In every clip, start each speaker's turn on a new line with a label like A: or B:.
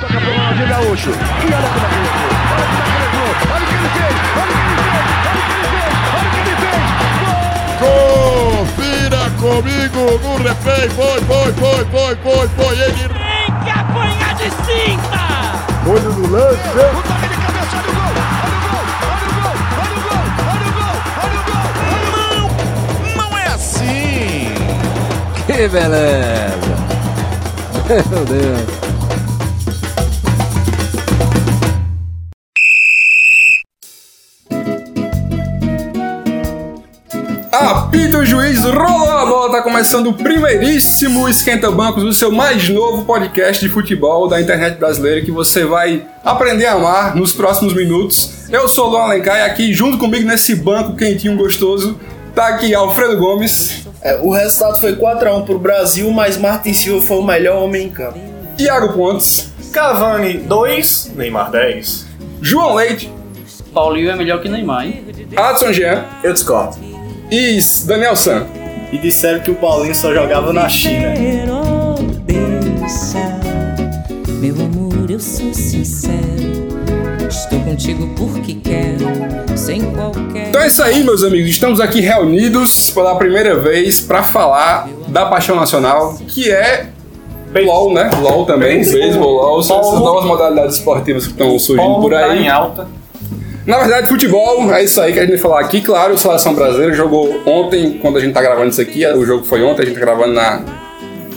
A: Ronaldinho Gaúcho. E olha como ele entrou. Olha como ele entrou. Olha o que ele fez. Olha o que ele fez. Olha o que ele fez. Olha o que ele fez.
B: Confira comigo no replay. Foi, foi, foi, foi, foi, foi. Ele.
C: Tem que apanhar de cinta!
B: Olho no lance.
A: Gol! O toque de cabeça. Olha o gol. Olha o gol. Olha o gol. Olha o gol. Olha o gol. Olha o gol. Olha o gol.
B: Não é assim.
D: Que beleza! Meu Deus!
E: Apita o juiz, rolou a bola, tá começando o primeiríssimo Esquenta Bancos, o seu mais novo podcast de futebol da internet brasileira que você vai aprender a amar nos próximos minutos. Eu sou o Luan Alencar e aqui junto comigo nesse banco quentinho gostoso, tá aqui Alfredo Gomes,
F: É, o resultado foi 4x1 pro Brasil, mas Martin Silva foi o melhor homem em campo.
E: Iago Pontes,
G: Cavani 2, Neymar 10.
E: João Leite,
C: Paulinho é melhor que Neymar, hein?
E: Adson Jean
F: Eu discordo.
E: e Daniel San.
F: E disseram que o Paulinho só jogava na China.
H: Quero deixar, meu amor, eu sou sincero. Estou contigo porque quero, sem qualquer.
E: Então é isso aí, meus amigos. Estamos aqui reunidos pela primeira vez para falar da paixão nacional, que é LOL, né? LOL também, beisebol, LOL, são essas
G: Polo.
E: novas modalidades esportivas que estão surgindo por
G: Tá
E: aí.
G: em alta.
E: Na verdade, futebol, é isso aí que a gente vai falar aqui. Claro, Seleção Brasileira jogou ontem, quando a gente tá gravando isso aqui, o jogo foi ontem, a gente tá gravando na.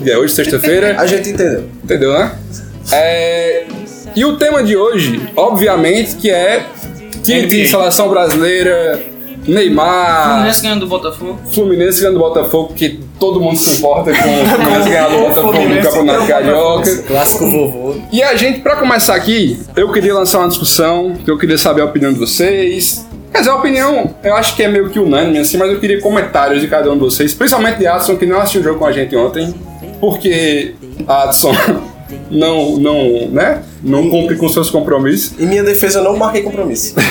E: que É hoje, sexta-feira.
F: A gente entendeu.
E: Entendeu, né? É, E o tema de hoje, obviamente, que é time de
G: NBA.
E: seleção brasileira, Neymar,
C: Fluminense Tá ganhando do Botafogo.
E: Fluminense ganhando do Botafogo, que todo mundo se importa com o Fluminense ganhar do Botafogo no Campeonato Carioca.
F: Clássico vovô.
E: E a gente, pra começar aqui, eu queria lançar uma discussão, que eu queria saber a opinião de vocês. Quer dizer, a opinião, eu acho que é meio que unânime, assim, mas eu queria comentários de cada um de vocês, principalmente de Adson, que não assistiu o jogo com a gente ontem, porque Adson não, não, né, não cumpre com seus compromissos.
F: Em minha defesa, eu não marquei compromisso.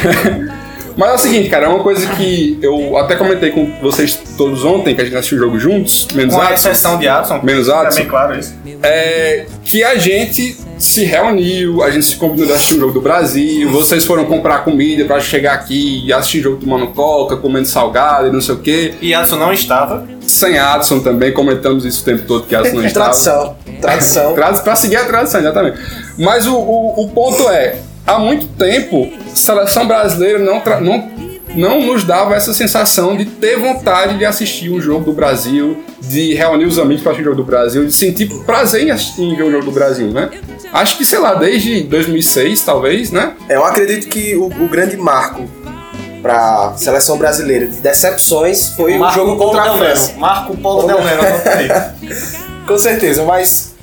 E: Mas é o seguinte, cara, é uma coisa que eu até comentei com vocês todos ontem, que a gente assistiu o jogo juntos, menos
G: Com a
E: Adson.
G: exceção de Adson.
E: Menos
G: tá
E: Adson.
G: bem claro isso.
E: é, que a gente se reuniu, a gente se combinou de assistir o jogo do Brasil, vocês foram comprar comida pra chegar aqui e assistir o jogo tomando coca, comendo salgado e não sei o quê.
G: E Adson não estava.
E: Sem Adson também, comentamos isso o tempo todo que Adson não estava.
F: Tradição. Tradição.
E: Tra- É Pra seguir a tradição, exatamente. Mas o, o, o ponto é, há muito tempo, seleção brasileira não, tra- não, não nos dava essa sensação de ter vontade de assistir um jogo do Brasil, de reunir os amigos para assistir o jogo do Brasil, de sentir prazer em assistir em ver o jogo do Brasil, né? Acho que, sei lá, desde 2006, talvez, né?
F: É, eu acredito que o, o grande marco pra seleção brasileira de decepções foi o um jogo
G: Paulo
F: contra a
G: Del
F: França.
G: Nero. Marco Polo Del Nero. anotei.
F: Com certeza, mas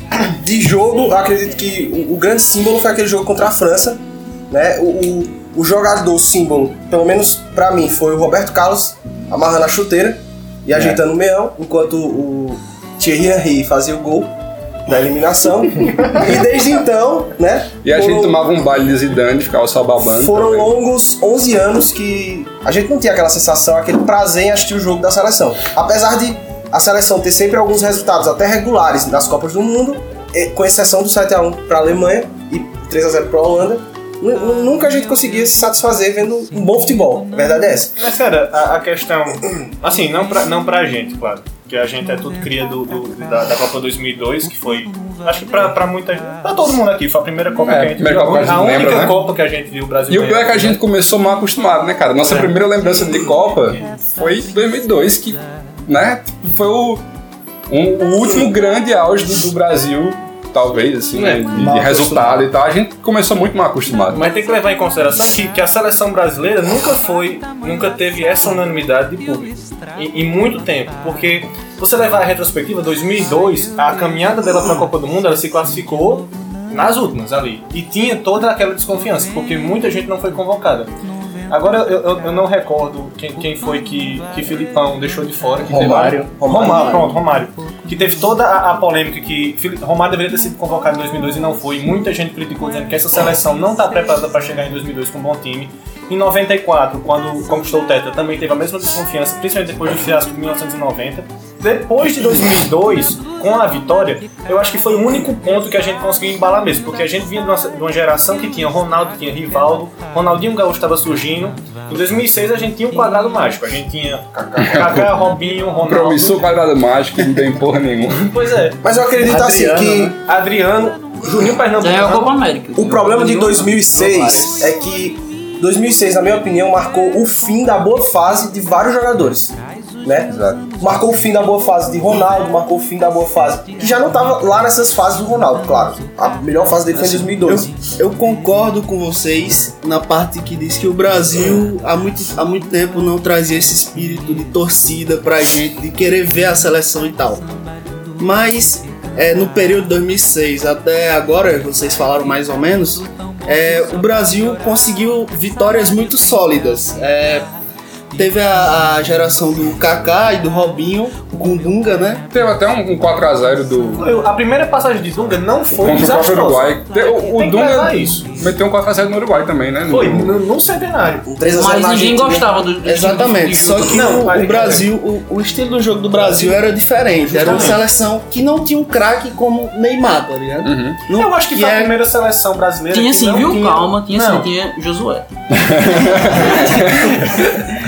F: de jogo, eu acredito que o, o grande símbolo foi aquele jogo contra a França, né? O, o, o jogador símbolo, pelo menos pra mim, foi o Roberto Carlos amarrando a chuteira e
E: É.
F: ajeitando o meião, enquanto o Thierry Henry fazia o gol da eliminação. e desde então, né?
E: E a
F: foram-
E: gente tomava um baile de Zidane, ficava só babando.
F: foram
E: também.
F: longos 11 anos que a gente não tinha aquela sensação, aquele prazer em assistir o jogo da seleção. Apesar de a seleção ter sempre alguns resultados até regulares nas Copas do Mundo, e- com exceção do 7x1 para a um Alemanha e 3x0 para a Holanda, nu- nu- nunca a gente conseguia se satisfazer vendo um bom futebol. A verdade é essa.
G: Mas sério, a, a questão. Assim, não pra, não pra gente, claro. Que a gente é tudo cria do, do- da, da Copa 2002, que foi. Acho que pra, pra muita gente. Pra todo mundo aqui, foi a primeira Copa
E: É,
G: que a gente
E: primeira
G: viu.
E: Copa que a gente
G: a única
E: lembra, né?
G: Copa que a gente viu o Brasil. né?
E: E o pior é que a
G: ganhar.
E: gente começou mal acostumado, né, cara? Nossa
G: É.
E: primeira lembrança de Copa foi em 2002, que, né, foi o, um- o último grande auge do, do Brasil, talvez, assim,
G: É.
E: né, de, de resultado e tal. A gente começou muito mal acostumado.
G: Mas tem que levar em consideração que, que a seleção brasileira nunca foi, nunca teve essa unanimidade de público. Em, em muito tempo. Porque você levar a retrospectiva, 2002, a caminhada dela para a Copa do Mundo, ela se classificou nas últimas ali. E tinha toda aquela desconfiança, porque muita gente não foi convocada. Agora eu, eu- eu não recordo quem, quem foi que, que Filipão deixou de fora. Que teve-
F: Romário.
G: Romário.
F: Romário.
G: pronto, Romário. Que teve toda a, a polêmica que Fili- Romário deveria ter sido convocado em 2002 e não foi. Muita gente criticou dizendo que essa seleção não está preparada para chegar em 2002 com um bom time. Em 94, quando conquistou o Tetra, também teve a mesma desconfiança, principalmente depois do fiasco de 1990. depois de 2002, com a vitória, eu acho que foi o único ponto que a gente conseguiu embalar mesmo, porque a gente vinha de uma, de uma geração que tinha Ronaldo, tinha Rivaldo, Ronaldinho Gaúcho estava surgindo. Em 2006 a gente tinha um quadrado mágico, a gente tinha Kaká, Robinho, Ronaldo.
E: Promissor quadrado mágico, não tem porra nenhuma.
G: Pois é,
F: Mas eu acredito
G: Adriano,
F: assim que
G: né? Adriano, Juninho
C: Ganhou a
G: Pernambucano.
C: é Copa América.
F: o problema de 2006 é que 2006, na minha opinião, marcou o fim da boa fase de vários jogadores, né? Marcou o fim da boa fase de Ronaldo, marcou o fim da boa fase que já não tava lá nessas fases do Ronaldo, claro. A melhor fase dele foi em 2012.
I: Eu concordo com vocês na parte que diz que o Brasil há muito, há muito tempo não trazia esse espírito de torcida pra gente, de querer ver a seleção e tal. Mas é, no período de 2006 até agora, vocês falaram mais ou menos, é, o Brasil conseguiu vitórias muito sólidas. É, teve a, a geração do Kaká e do Robinho, com o Dunga, né?
E: Teve até um, um 4x0 do.
G: Eu- A primeira passagem de Dunga não
F: um
G: foi
E: Contra o próprio
G: desastrosa.
E: Uruguai. Te- O, o
G: Tem que
E: Dunga
G: levar isso.
E: meteu um 4x0 no Uruguai também, né? No-
G: Foi, no, no centenário.
F: Um 3 a 0
C: Mas
F: na
C: ninguém
F: Argentina.
C: gostava do. do
I: é Exatamente,
C: time
I: só
C: do-
I: que
G: Não,
I: o-
G: mas-
I: o, Brasil, o, o estilo do jogo do Brasil era diferente. Era uma
G: Justamente.
I: seleção que não tinha um craque como Neymar, tá ligado?
J: Uhum.
I: Não- é
G: Eu acho que foi a primeira seleção brasileira.
C: Tinha
G: que
C: sim,
G: não
C: viu?
G: tinha-
C: Calma, tinha
G: Não.
C: sim, tinha Josué.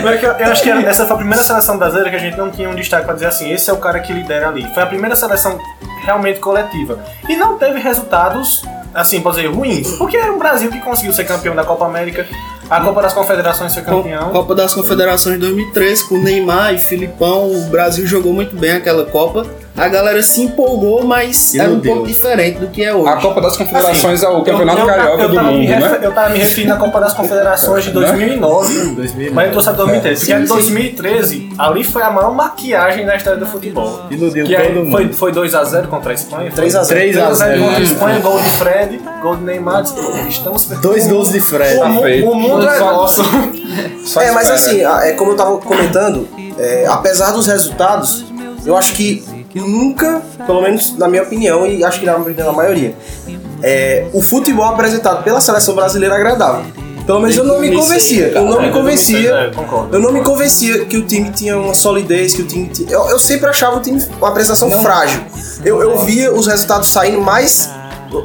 G: Pior que Eu, eu acho que era- essa foi a primeira seleção brasileira que a gente não tinha um destaque pra dizer assim, esse é o cara que lidera ali. Foi a primeira seleção realmente coletiva. E não teve resultados, assim, pode dizer, ruins. Porque era um Brasil que conseguiu ser campeão da Copa América, a Copa das Confederações foi campeão.
I: Copa das Confederações 2013 com Neymar e Filipão, o Brasil jogou muito bem aquela Copa. A galera se empolgou, mas era um
E: Deus.
I: pouco diferente do que é hoje.
E: A Copa das Confederações é o
G: Assim, Eu-
E: campeonato
G: eu-
E: carioca
G: eu
E: do
G: tava me
E: mundo,
G: refe-
E: né?
G: Eu tava me referindo à Copa das Confederações de 2009, mas eu trouxe a
E: É.
G: 2013. Porque a de 2013, ali foi a maior maquiagem da história do futebol.
J: Iludiu
G: Que aí
J: todo mundo.
G: foi, foi 2x0 contra a Espanha?
F: 3x0.
G: 3x0 contra a Espanha, gol de Fred, gol de Neymar. Estamos
J: Dois gols de Fred.
G: O, mu-
E: feito.
G: o mundo é nosso.
E: Só
F: é, mas
E: espera.
F: assim, a- é, como eu tava comentando, é, apesar dos resultados, eu acho que nunca, pelo menos na minha opinião, e acho que na, na maioria, é, o futebol apresentado pela seleção brasileira agradava. Pelo menos eu não me convencia. Eu não né? me
G: É,
F: convencia.
G: concordo.
F: Eu não me convencia que o time tinha uma solidez, que o time tinha. Eu, eu sempre achava o time uma apresentação frágil. Eu, eu via os resultados saindo mais.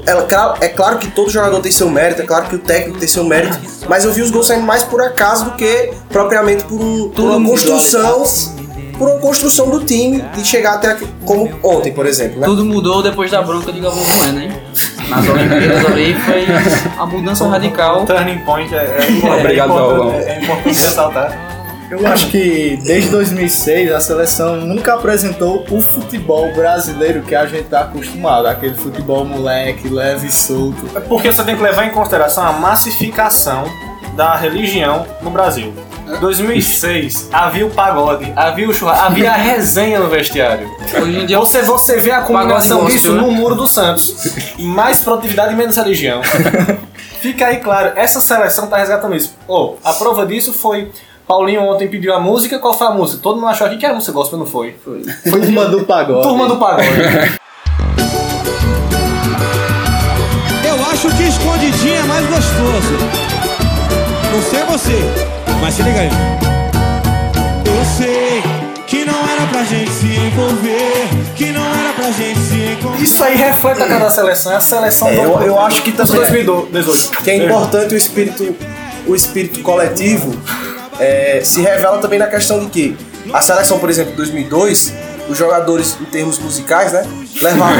F: É claro, é claro que todo jogador tem seu mérito, é claro que o técnico tem seu mérito, mas eu vi os gols saindo mais por acaso do que propriamente por, um- por uma construção.
G: né?
F: Por uma construção do time de chegar até aqui, como ontem, por exemplo. Né?
C: Tudo mudou depois da bronca de Galvão Bueno, hein? Nas Olimpíadas ali foi a mudança radical.
G: Turning point é, é,
E: Obrigado,
G: é
E: Paulão.
G: importante, é importante ressaltar.
J: Eu acho que desde 2006 a seleção nunca apresentou o futebol brasileiro que a gente tá acostumado. Aquele futebol moleque, leve e solto.
G: É Porque você tem que levar em consideração a massificação da religião no Brasil.
J: É.
G: Em 2006, havia o pagode, havia o churrasco, havia a resenha no vestiário.
C: Hoje em dia é
G: Você, você vê a combinação
C: Pagode
G: disso
C: gospel,
G: no Muro do Santos. Mais produtividade e menos religião. Fica aí claro, essa seleção tá resgatando isso. Oh, a prova disso foi. Paulinho ontem pediu a música, qual foi a música? Todo mundo achou aqui que era música gospel, não foi? Foi.
J: Foi turma do pagode.
G: Turma do Pagode.
K: Eu acho que escondidinho é mais gostoso. Não sei você, mas se liga aí. Eu sei que não era pra gente se envolver, que não era pra gente se encontrar.
G: Isso aí reflete a cada seleção, é a seleção do
F: eu, eu acho que
G: dos
F: também. é.
G: 2018.
F: que é importante o espírito, o espírito coletivo é, se revela também na questão de que a seleção, por exemplo, de 2002, os jogadores em termos musicais, né, levavam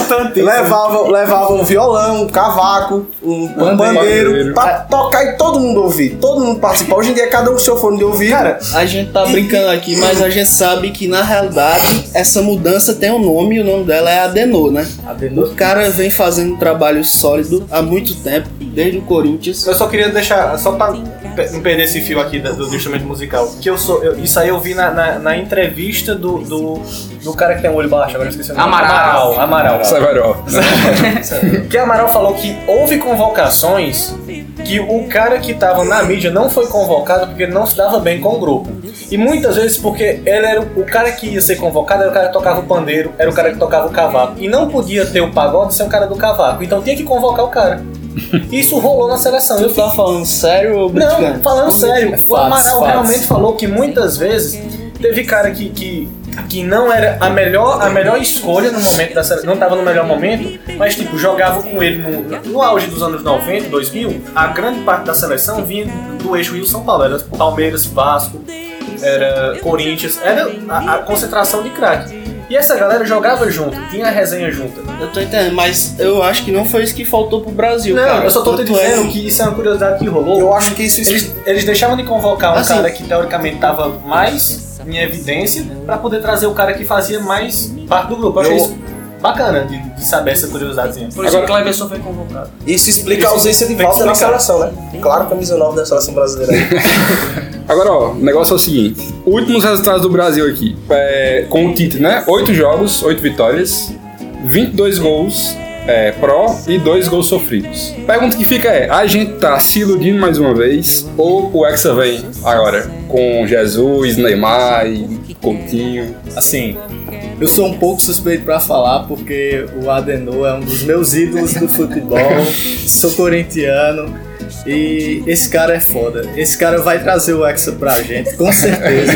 F: levavam, levavam, levavam um violão, um cavaco, um bandeiro, pra tocar e todo mundo ouvir, todo mundo participar. Hoje em dia cada um com seu fone de ouvido. Cara,
I: A gente tá brincando aqui, mas a gente sabe que na realidade essa mudança tem um nome e o nome dela é Adenor, né? Adenor. O cara vem fazendo um trabalho sólido há muito tempo, desde o Corinthians.
G: Eu só queria deixar, só pra pe- não perder esse fio aqui da- do, do instrumento musical, que eu sou, eu- isso aí eu vi na, na- na entrevista do, do, do cara que tem o olho baixo, agora eu esqueci o nome.
C: Amaral.
G: Amaral. Amaral.
E: Severo.
G: Que Amaral falou que houve convocações que o cara que tava na mídia não foi convocado porque não se dava bem com o grupo. E muitas vezes porque ele era o o cara que ia ser convocado era o cara que tocava o pandeiro, era o cara que tocava o cavaco. E não podia ter o pagode sem o cara do cavaco. Então tinha que convocar o cara. Isso rolou na seleção. Eu
I: Tu tá falando sério,
G: não,
I: Briticante?
G: falando sério, o Amaral
J: fatos.
G: realmente falou que muitas vezes Teve cara que, que, que não era a melhor, a melhor escolha no momento da seleção, não tava no melhor momento, mas tipo, jogava com ele no, no auge dos anos 90, 2000, a grande parte da seleção vinha do eixo Rio-São Paulo, era tipo, Palmeiras, Vasco, era Corinthians, era a, a concentração de craque. E essa galera jogava junto, tinha a resenha junta.
I: Eu tô entendendo, mas eu acho que não foi isso que faltou pro Brasil.
G: Não,
I: cara.
G: eu só tô te
I: Tanto é
G: dizendo que isso é uma curiosidade que rolou.
F: Eu acho que isso.
G: Eles, eles deixavam de convocar um
I: Assim.
G: cara que teoricamente tava mais em evidência pra poder trazer o cara que fazia mais parte do grupo. Eu achei
F: Eu-
G: isso bacana de, de saber essa curiosidadezinha.
C: Por isso que o Cleverson foi convocado.
F: Isso explica a ausência de
G: Tem que
F: volta na
G: explicar.
F: seleção, né? Claro, camisa 9 da seleção brasileira.
E: Agora, ó, o negócio é o seguinte: últimos resultados do Brasil aqui. É, com o Tite, né? 8 jogos, 8 vitórias, 22 gols é, pró e 2 gols sofridos. Pergunta que fica é: a gente tá se iludindo mais uma vez? Ou o Hexa vem agora com Jesus, Neymar e Coutinho?
J: Assim, eu sou um pouco suspeito pra falar porque o Adenor é um dos meus ídolos do futebol. sou corintiano e esse cara é foda. Esse cara vai trazer o Hexa pra gente, com certeza.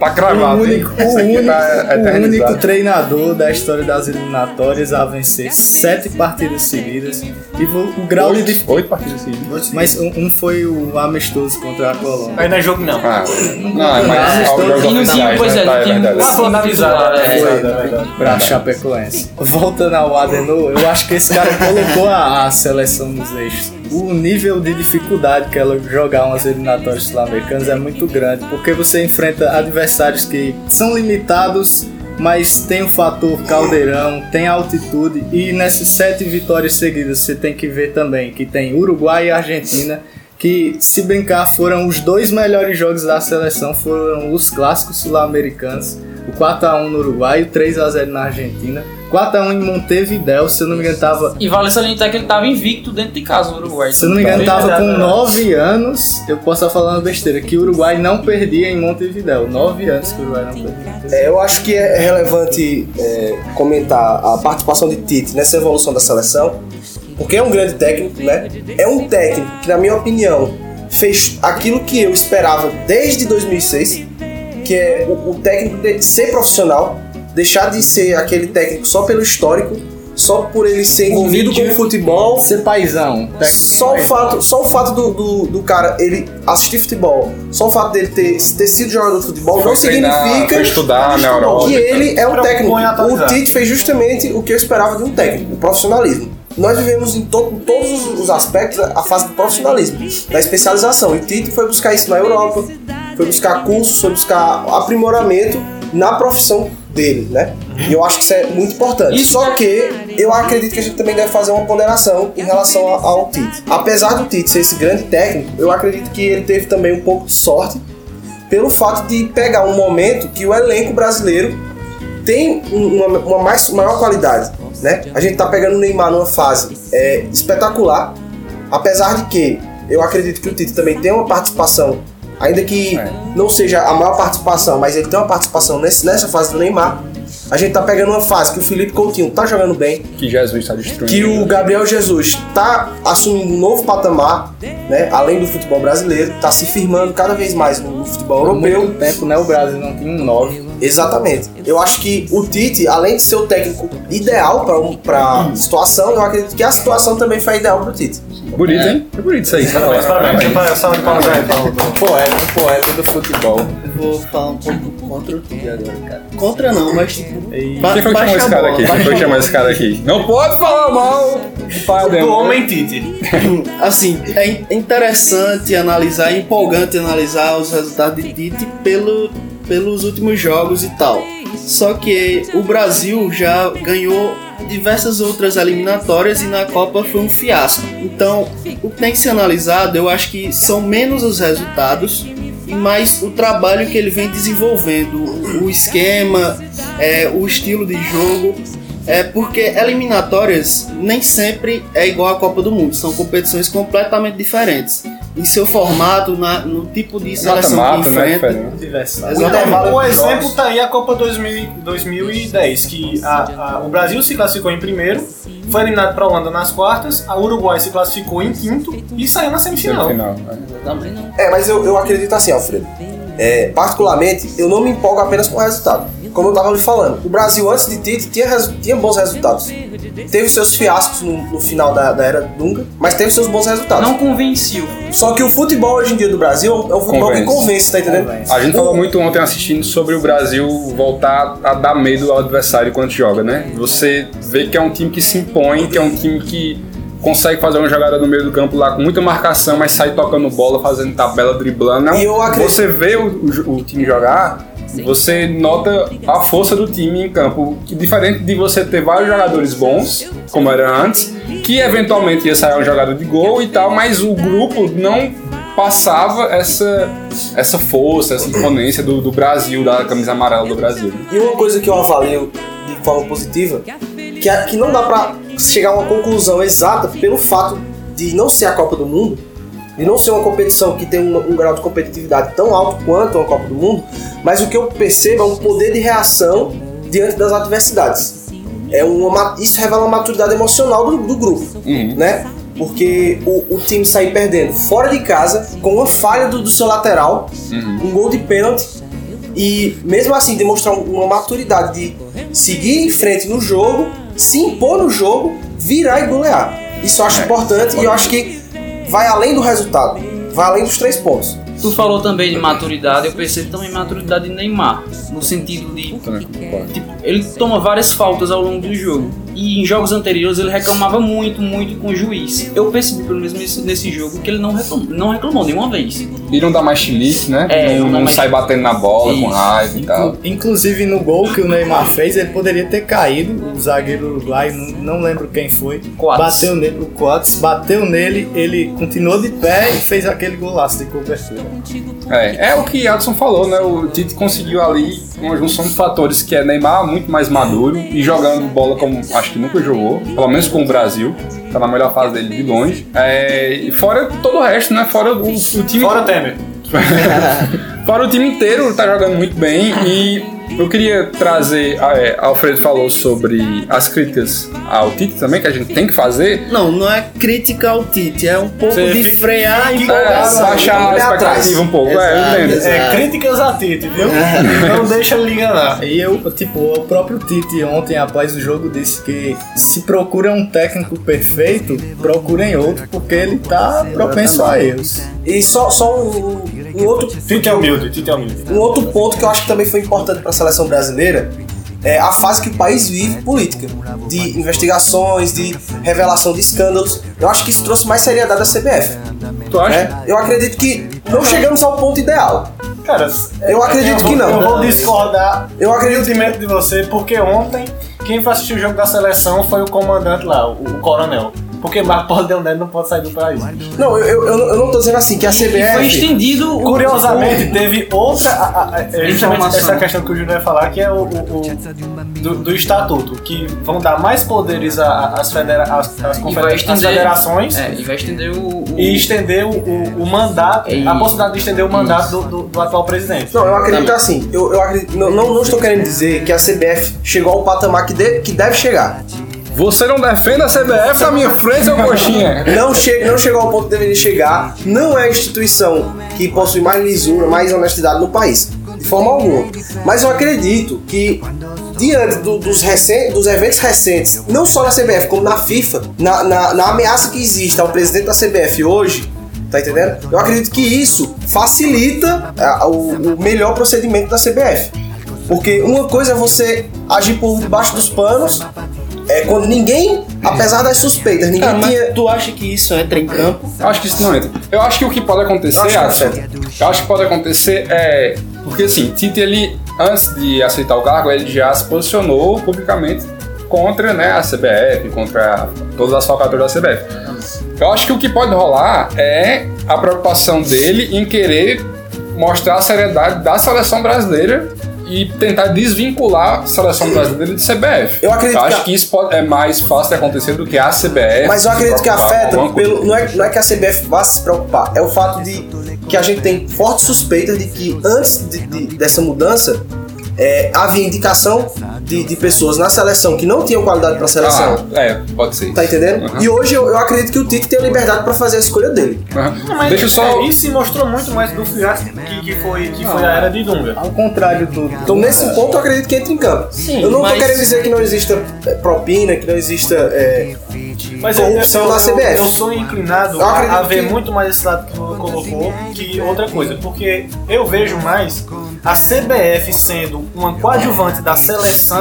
E: Tá
J: O
E: cravado. hein?
J: único, o
E: Isso aqui
J: único-
E: tá
J: o
E: eternizado.
J: único treinador da história das eliminatórias a vencer sete partidas seguidas. E vo- o grau de. dif-
E: Oito, oito partidas seguidas.
J: Mas um, um foi o amistoso contra a Colômbia.
G: Aí não é jogo não.
E: Ah, não, mas
J: Ah,
E: ó, os jogos
J: estou-
C: E no time,
E: oficiais,
C: pois
E: né?
C: é,
E: Tá,
C: no
E: é
C: time.
E: verdade.
G: Ah, vou analisar.
C: É,
G: é.
J: Pra Chapecoense. Voltando ao Adenor, eu acho que esse cara colocou a, a seleção nos eixos. O nível de dificuldade que ela jogar umas eliminatórias sul-americanas é muito grande, porque você enfrenta adversários que são limitados, mas tem o fator caldeirão, tem altitude, e nessas sete vitórias seguidas você tem que ver também que tem Uruguai e Argentina. Que se brincar foram os dois melhores jogos da seleção, foram os clássicos sul-americanos o 4x1 no Uruguai, o 3x0 na Argentina, 4x1 em Montevideo, se eu não me engano, tava,
C: E vale salientar que ele tava invicto dentro de casa, o Uruguai. Tá,
J: se eu não me engano,
G: Verdade,
J: tava com
G: né?
J: 9 anos, eu posso estar falando besteira, que o Uruguai não perdia em Montevideo, 9 anos que o Uruguai não perdia.
F: É, eu acho que é relevante é, comentar a participação de Tite nessa evolução da seleção, porque é um grande técnico, né? É um técnico que, na minha opinião, fez aquilo que eu esperava desde 2006, que é o, o técnico de ser profissional, deixar de ser aquele técnico só pelo histórico, só por ele ser envolvido com o futebol,
J: Ser paizão,
E: né?
F: só o fato, só o fato do, do, do cara ele assistir futebol, só o fato dele ter, ter sido jogador de futebol
E: Foi
F: não
E: treinar,
F: significa
E: foi estudar né, na Europa.
F: que ele é um
G: Propõe
F: técnico.
G: atualizar.
F: O Tite fez justamente o que eu esperava de um técnico, o profissionalismo. Nós vivemos em, to- em todos os- os aspectos a fase do profissionalismo, da especialização. E o Tite foi buscar isso na Europa, foi buscar cursos, foi buscar aprimoramento na profissão dele, né? E eu acho que isso é muito importante.
C: Isso
F: Só que eu acredito que a gente também deve fazer uma ponderação em relação a- ao Tite. Apesar do Tite ser esse grande técnico, eu acredito que ele teve também um pouco de sorte pelo fato de pegar um momento que o elenco brasileiro tem um- uma, uma mais, maior qualidade, né? A gente tá pegando o Neymar numa fase é, espetacular, apesar de que eu acredito que o Tite também tem uma participação, ainda que não seja a maior participação, mas ele tem uma participação nesse- nessa fase do Neymar. A gente tá pegando uma fase que o Felipe Coutinho tá jogando bem,
E: Que Jesus tá destruindo.
F: que o Gabriel Jesus está assumindo um novo patamar, né? Além do futebol brasileiro, está se firmando cada vez mais no futebol
J: Por
F: europeu.
J: muito tempo, né, o Brasil não tinha um 9.
F: Exatamente. Eu acho que o Tite, além de ser o técnico ideal para a situação, eu acredito que a situação também foi ideal para o Tite.
E: Bonito, hein? Que bonito isso aí.
G: Mas parabéns, tem pra- salva de palmas aí, Paulo.
J: Um Poeta, poeta do futebol.
I: Eu vou falar um pouco contra o Tigre agora, cara. Contra não, mas tipo. ba-
E: Quem foi que
I: baixa
E: chamou
I: a
E: esse cara
I: bola,
E: aqui? Quem
I: baixa
E: foi que
I: a
E: chamou esse cara aqui? Não pode falar mal do pai
G: Do
E: Ademar.
G: homem Tite.
I: bola. Assim, é in- é interessante analisar, é empolgante analisar os resultados de Tite pelo, pelos últimos jogos e tal. Só que o Brasil já ganhou diversas outras eliminatórias e na Copa foi um fiasco. Então, o que tem que ser analisado, eu acho que são menos os resultados e mais o trabalho que ele vem desenvolvendo, o- o esquema, é, o estilo de jogo. É porque eliminatórias nem sempre é igual à Copa do Mundo, são competições completamente diferentes. Em seu formato, na- no tipo de seleção que
E: Mata-mata, né?
I: enfrenta.
E: diferente.
J: Diversão.
G: O,
I: Exatamente.
G: exemplo-
J: é
G: o exemplo tá aí a Copa 2000 2010, que a- a- o Brasil se classificou em primeiro, foi eliminado pra Holanda nas quartas, a Uruguai se classificou em quinto e saiu na semifinal.
E: Semifinal, né?
F: É, mas eu, eu acredito assim, Alfredo. É, particularmente, eu não me empolgo apenas com o resultado. Como eu estava lhe falando, o Brasil antes de Tite tinha, resu- tinha bons resultados. Teve seus fiascos no, no final da, da era Dunga, mas teve seus bons resultados.
C: Não convenceu.
F: Só que o futebol hoje em dia do Brasil é um futebol que
E: Convence.
F: convence, tá entendendo?
E: A gente
F: O-
E: falou muito ontem assistindo sobre o Brasil voltar a dar medo ao adversário quando joga, né? Você vê que é um time que se impõe, que é um time que consegue fazer uma jogada no meio do campo lá com muita marcação, mas sai tocando bola, fazendo tabela, driblando. Não,
F: E eu acredito-
E: Você vê o, o- o time jogar, você nota a força do time em campo. Que diferente de você ter vários jogadores bons, como era antes, que eventualmente ia sair uma jogada de gol e tal, mas o grupo não passava essa, essa força, essa imponência do, do Brasil, da camisa amarela do Brasil.
F: E uma coisa que eu avalio de forma positiva, que, é, que não dá pra chegar a uma conclusão exata pelo fato de não ser a Copa do Mundo, de não ser uma competição que tem um, um grau de competitividade tão alto quanto uma Copa do Mundo, mas o que eu percebo é um poder de reação diante das adversidades. É uma, ma- isso revela uma maturidade emocional do, do grupo,
C: Uhum.
F: né? Porque o, o time sair perdendo fora de casa, com uma falha do, do seu lateral, um gol de pênalti, e mesmo assim demonstrar uma maturidade de seguir em frente no jogo, se impor no jogo, virar e golear. Isso eu acho importante e eu acho que vai além do resultado, vai além dos três pontos.
C: Tu falou também de maturidade, eu percebo também maturidade de Neymar, no sentido de tipo, ele toma várias faltas ao longo do jogo. E em jogos anteriores ele reclamava muito, muito com o juiz. Eu percebi pelo menos nesse, nesse jogo que ele não reclamou, não reclamou nenhuma vez.
E: E não dá mais chilique, né?
C: É,
E: não
C: não dá
E: não
C: mais
E: sai batendo na bola com
C: Isso.
E: raiva e tal.
J: Inclusive no Um gol que o Neymar fez, ele poderia ter caído. O zagueiro uruguaio, não, não lembro quem foi,
C: Coates.
J: bateu nele, o Coates, bateu nele, ele continuou de pé e fez aquele golaço de cobertura.
E: É, é o que Adson falou, né? O Tite conseguiu ali uma junção de fatores que é Neymar muito mais maduro e jogando bola como acho que nunca jogou, pelo menos com o Brasil. Tá na melhor fase dele de longe. É, e fora todo o resto, né? Fora o, o time.
G: Fora Temer.
E: Fora o time inteiro tá jogando muito bem e eu queria trazer, ah, é, Alfredo falou sobre as críticas ao Tite também que a gente tem que fazer.
I: Não, não é crítica ao Tite, é um pouco
G: Você
I: de
G: fica-
I: frear e
E: É, baixar a
F: olhar atrás.
E: expectativa um pouco, é, eu entendo.
G: É, críticas a Tite, viu? Não deixa ele enganar.
J: E eu, tipo, o próprio Tite ontem, após o jogo, disse que se procura um técnico perfeito, procurem outro, porque ele tá propenso a erros.
F: E só, só um, um outro,
G: Tite é humilde, Tite é humilde.
F: um outro ponto que eu acho que também foi importante para a seleção brasileira é a fase que o país vive política, de investigações, de revelação de escândalos. Eu acho que isso trouxe mais seriedade à CBF.
E: Tu acha?
F: né? Eu acredito que não chegamos ao ponto ideal.
G: Cara,
F: Eu acredito
G: vou-
F: que não.
G: Eu vou discordar
F: Eu acredito que
G: humildemente de você, porque ontem quem foi assistir o jogo da seleção foi o comandante lá, o, o coronel. Porque Marco Paulo Leonel não pode sair do país.
F: Não, eu, eu, eu- eu não tô dizendo assim que a
C: E foi
F: CBF.
C: estendido o-
G: Curiosamente, teve outra. a- a- a- é justamente
C: Informação.
G: essa questão que o Júlio vai falar, que é o, o- o- do, do estatuto, que vão dar mais poderes a- a- às, federa às, às
C: E vai
G: confedera- às
C: estender,
G: federações
C: É, e vai estender o, o-
G: e estender o, o- o mandato,
C: É isso.
G: a possibilidade de estender o mandato do, do- do atual presidente.
F: Não, eu acredito assim. Eu, eu acredito, não, não, não estou querendo dizer que a CBF chegou ao patamar que, de- que deve chegar.
E: Você não defende é a CBF na minha frente, seu coxinha.
F: Não, che não chegou ao ponto que deveria chegar. Não é a instituição que possui mais lisura, mais honestidade no país. De forma alguma. Mas eu acredito que, diante do- dos, recen- dos eventos recentes, não só na CBF, como na FIFA, na, na, na ameaça que existe ao presidente da CBF hoje, tá entendendo? Eu acredito que isso facilita ah, o, o melhor procedimento da CBF. Porque uma coisa é você agir por debaixo dos panos, é quando ninguém, apesar das suspeitas, ninguém
I: Cara,
F: tinha.
I: mas tu acha que isso entra em campo?
E: Eu acho que isso não entra. Eu acho que o que pode
F: Eu
E: acontecer,
F: acho que é
E: Adson,
F: não
E: eu acho que pode acontecer é. Porque assim, Tite, ele, antes de aceitar o cargo, ele já se posicionou publicamente contra né, a CBF, contra todas as falcaturas da CBF. Eu acho que o que pode rolar é a preocupação dele em querer mostrar a seriedade da seleção brasileira e tentar desvincular a seleção brasileira de CBF.
F: Eu acredito que
E: acho
F: a-
E: que isso pode- é mais fácil de acontecer do que a CBF.
F: Mas eu
E: se
F: acredito que
E: preocupar com
F: afeta
E: É, alguma coisa.
F: pelo. Não é, não é que a CBF vá se preocupar, é o fato de que a gente tem forte suspeita de que antes de- de- dessa mudança, é, havia indicação de, de pessoas na seleção que não tinham qualidade para a seleção.
E: Ah, é, pode ser.
F: Tá entendendo?
E: Aham.
F: E hoje eu, eu acredito que o Tite tem a liberdade para fazer a escolha dele.
E: Aham. Deixa eu só.
G: é, Isso se mostrou muito mais do fiasco que, que foi, que foi a era de Dunga.
J: Ao contrário do.
F: Então, nesse
E: é.
F: ponto, eu acredito que entra em campo.
C: Sim,
F: eu não
C: mas-
F: tô querendo dizer que não exista é, propina, que não exista. é,
G: Mas eu, eu,
F: Corrupção
G: eu,
F: na CBF.
G: eu, eu sou inclinado
F: Eu acredito
G: a, a ver
F: que-
G: muito mais esse lado que o Lula colocou que outra coisa, porque eu vejo mais a CBF sendo uma coadjuvante da seleção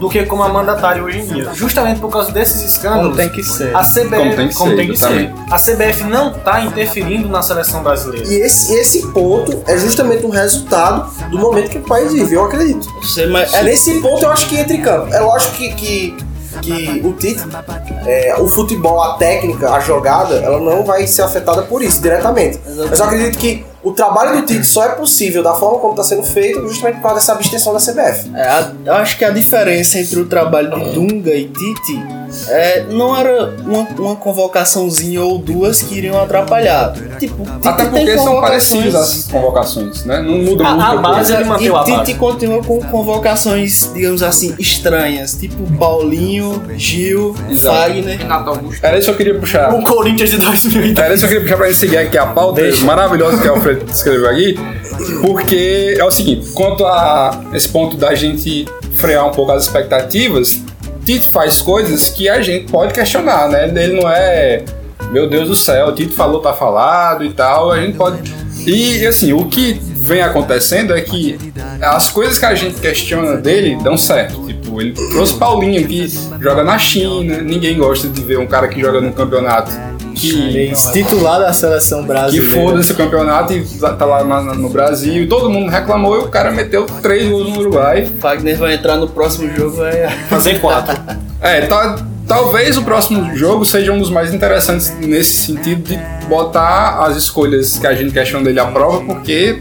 G: do que como a mandatária hoje em dia. Justamente por causa desses
E: Ah,
G: escândalos.
J: Como tem que ser.
G: A CBF,
E: Como tem que ser,
G: ser.
E: exatamente.
G: A CBF não está interferindo na seleção brasileira.
F: E esse, esse ponto é justamente o resultado do momento que o país vive, eu acredito.
I: Você, mas,
F: É nesse ponto eu acho que entra em campo. Eu acho que, que, que o Tite, é, o futebol, a técnica, a jogada, ela não vai ser afetada por isso diretamente. Mas eu acredito que o trabalho do Tite só é possível da forma como está sendo feito justamente por causa dessa abstenção da CBF.
I: É, a- eu acho que a diferença entre o trabalho de Dunga e Tite é, não era uma, uma convocaçãozinha ou duas que iriam atrapalhar. Tipo, Tite
E: Até
I: tem
E: porque são
I: convocações-
E: parecidas as convocações, né? Não muda
G: né? A-
E: muito.
G: a
E: coisa.
G: base- ele manteve a
I: e
G: base.
I: Tite continua com convocações, digamos assim, estranhas, tipo Paulinho, Gil,
E: Exato.
I: Fagner.
C: Renato Augusto.
E: Era isso que eu
G: é
E: queria puxar.
G: O Corinthians de 2010.
E: Era Então, é isso que eu queria puxar pra gente seguir aqui a pauta maravilhosa que o Alfredo escreveu aqui. Porque é o seguinte, quanto a esse ponto da gente frear um pouco as expectativas, Tito faz coisas que a gente pode questionar, né? Ele não é, meu Deus do céu, Tito falou, tá falado e tal, a gente pode... E assim, o que vem acontecendo é que as coisas que a gente questiona dele dão certo. Tipo, ele trouxe Paulinho que joga na China, ninguém gosta de ver um cara que joga num campeonato que
J: Titular da seleção
E: que
J: brasileira.
E: foda-se o campeonato e tá lá na- na- no Brasil. E todo mundo reclamou e o cara meteu três gols no Uruguai.
I: Fagner vai entrar no próximo jogo, vai
G: Fazer quatro.
E: É, tá- talvez o próximo jogo seja um dos mais interessantes nesse sentido de botar as escolhas que a gente questiona dele à prova, porque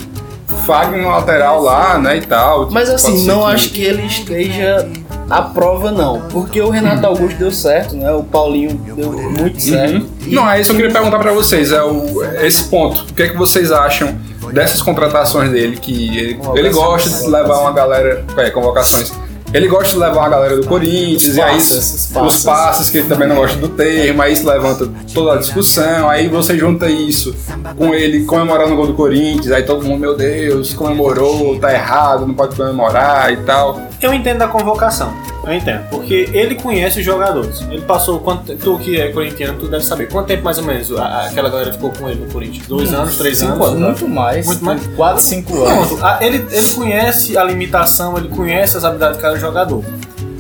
E: Fagner no lateral lá, né, e tal.
I: Mas
E: Pode
I: assim,
E: ser
I: não acho que ele esteja à prova, não. Porque o Renato Augusto deu certo, né? O Paulinho deu muito certo.
E: Uhum. Não, é isso que eu queria perguntar pra vocês, é o- é esse ponto. O que é que vocês acham dessas contratações dele? Que ele, ele gosta de levar uma galera. É, convocações. Ele gosta de levar uma galera do Corinthians, e aí
J: passes, os passes.
E: os passes, que ele também não gosta do termo, aí isso levanta toda a discussão, aí você junta isso com ele comemorando o gol do Corinthians, aí todo mundo, meu Deus, comemorou, tá errado, não pode comemorar e tal.
G: Eu entendo da convocação. Eu entendo. Porque ele conhece os jogadores. Ele passou. Quanto, tu que é corintiano, tu deve saber. Quanto tempo mais ou menos a- aquela galera ficou com ele no Corinthians? Dois anos, três
J: Cinco
G: anos? Hum,
J: anos, muito mais.
G: Muito mais.
J: 4, 5 anos.
G: Pronto. A- Ele, ele conhece a limitação, ele conhece as habilidades de cada jogador.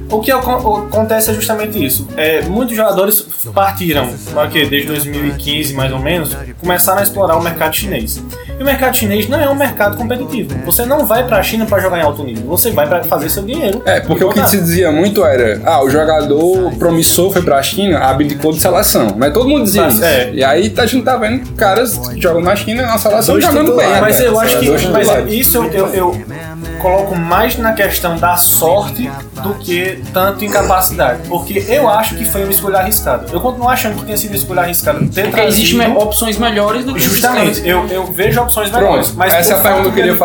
G: O que acon- o- acontece é justamente isso. É, muitos jogadores partiram, para que desde 2015 mais ou menos, começaram a explorar o mercado chinês. E o mercado chinês não é um mercado competitivo. Você não vai para a China para jogar em alto nível. Você vai para fazer seu dinheiro.
E: É, porque o que se dizia muito era, ah, o jogador promissor foi pra China, abdicou de seleção. Mas todo mundo dizia
G: Tá,
E: isso.
G: é.
E: E aí a gente tá vendo caras que jogam na China na seleção
J: Dois
E: jogando bem.
J: titulares,
E: até.
G: Mas eu acho que
E: Dois
G: mas
E: titulares.
G: isso eu, eu- eu coloco mais na questão da sorte do que tanto incapacidade. Porque eu acho que foi uma escolha arriscada. Eu continuo achando que tenha sido uma escolha arriscada. Ter
C: Porque
G: trazido-
C: existem me- opções melhores do que esses caras.
G: Justamente, eu, eu vejo opções melhores.
E: Pronto,
G: Mas
E: essa é
G: o
E: a pergunta que
G: fato
E: eu queria
G: dele-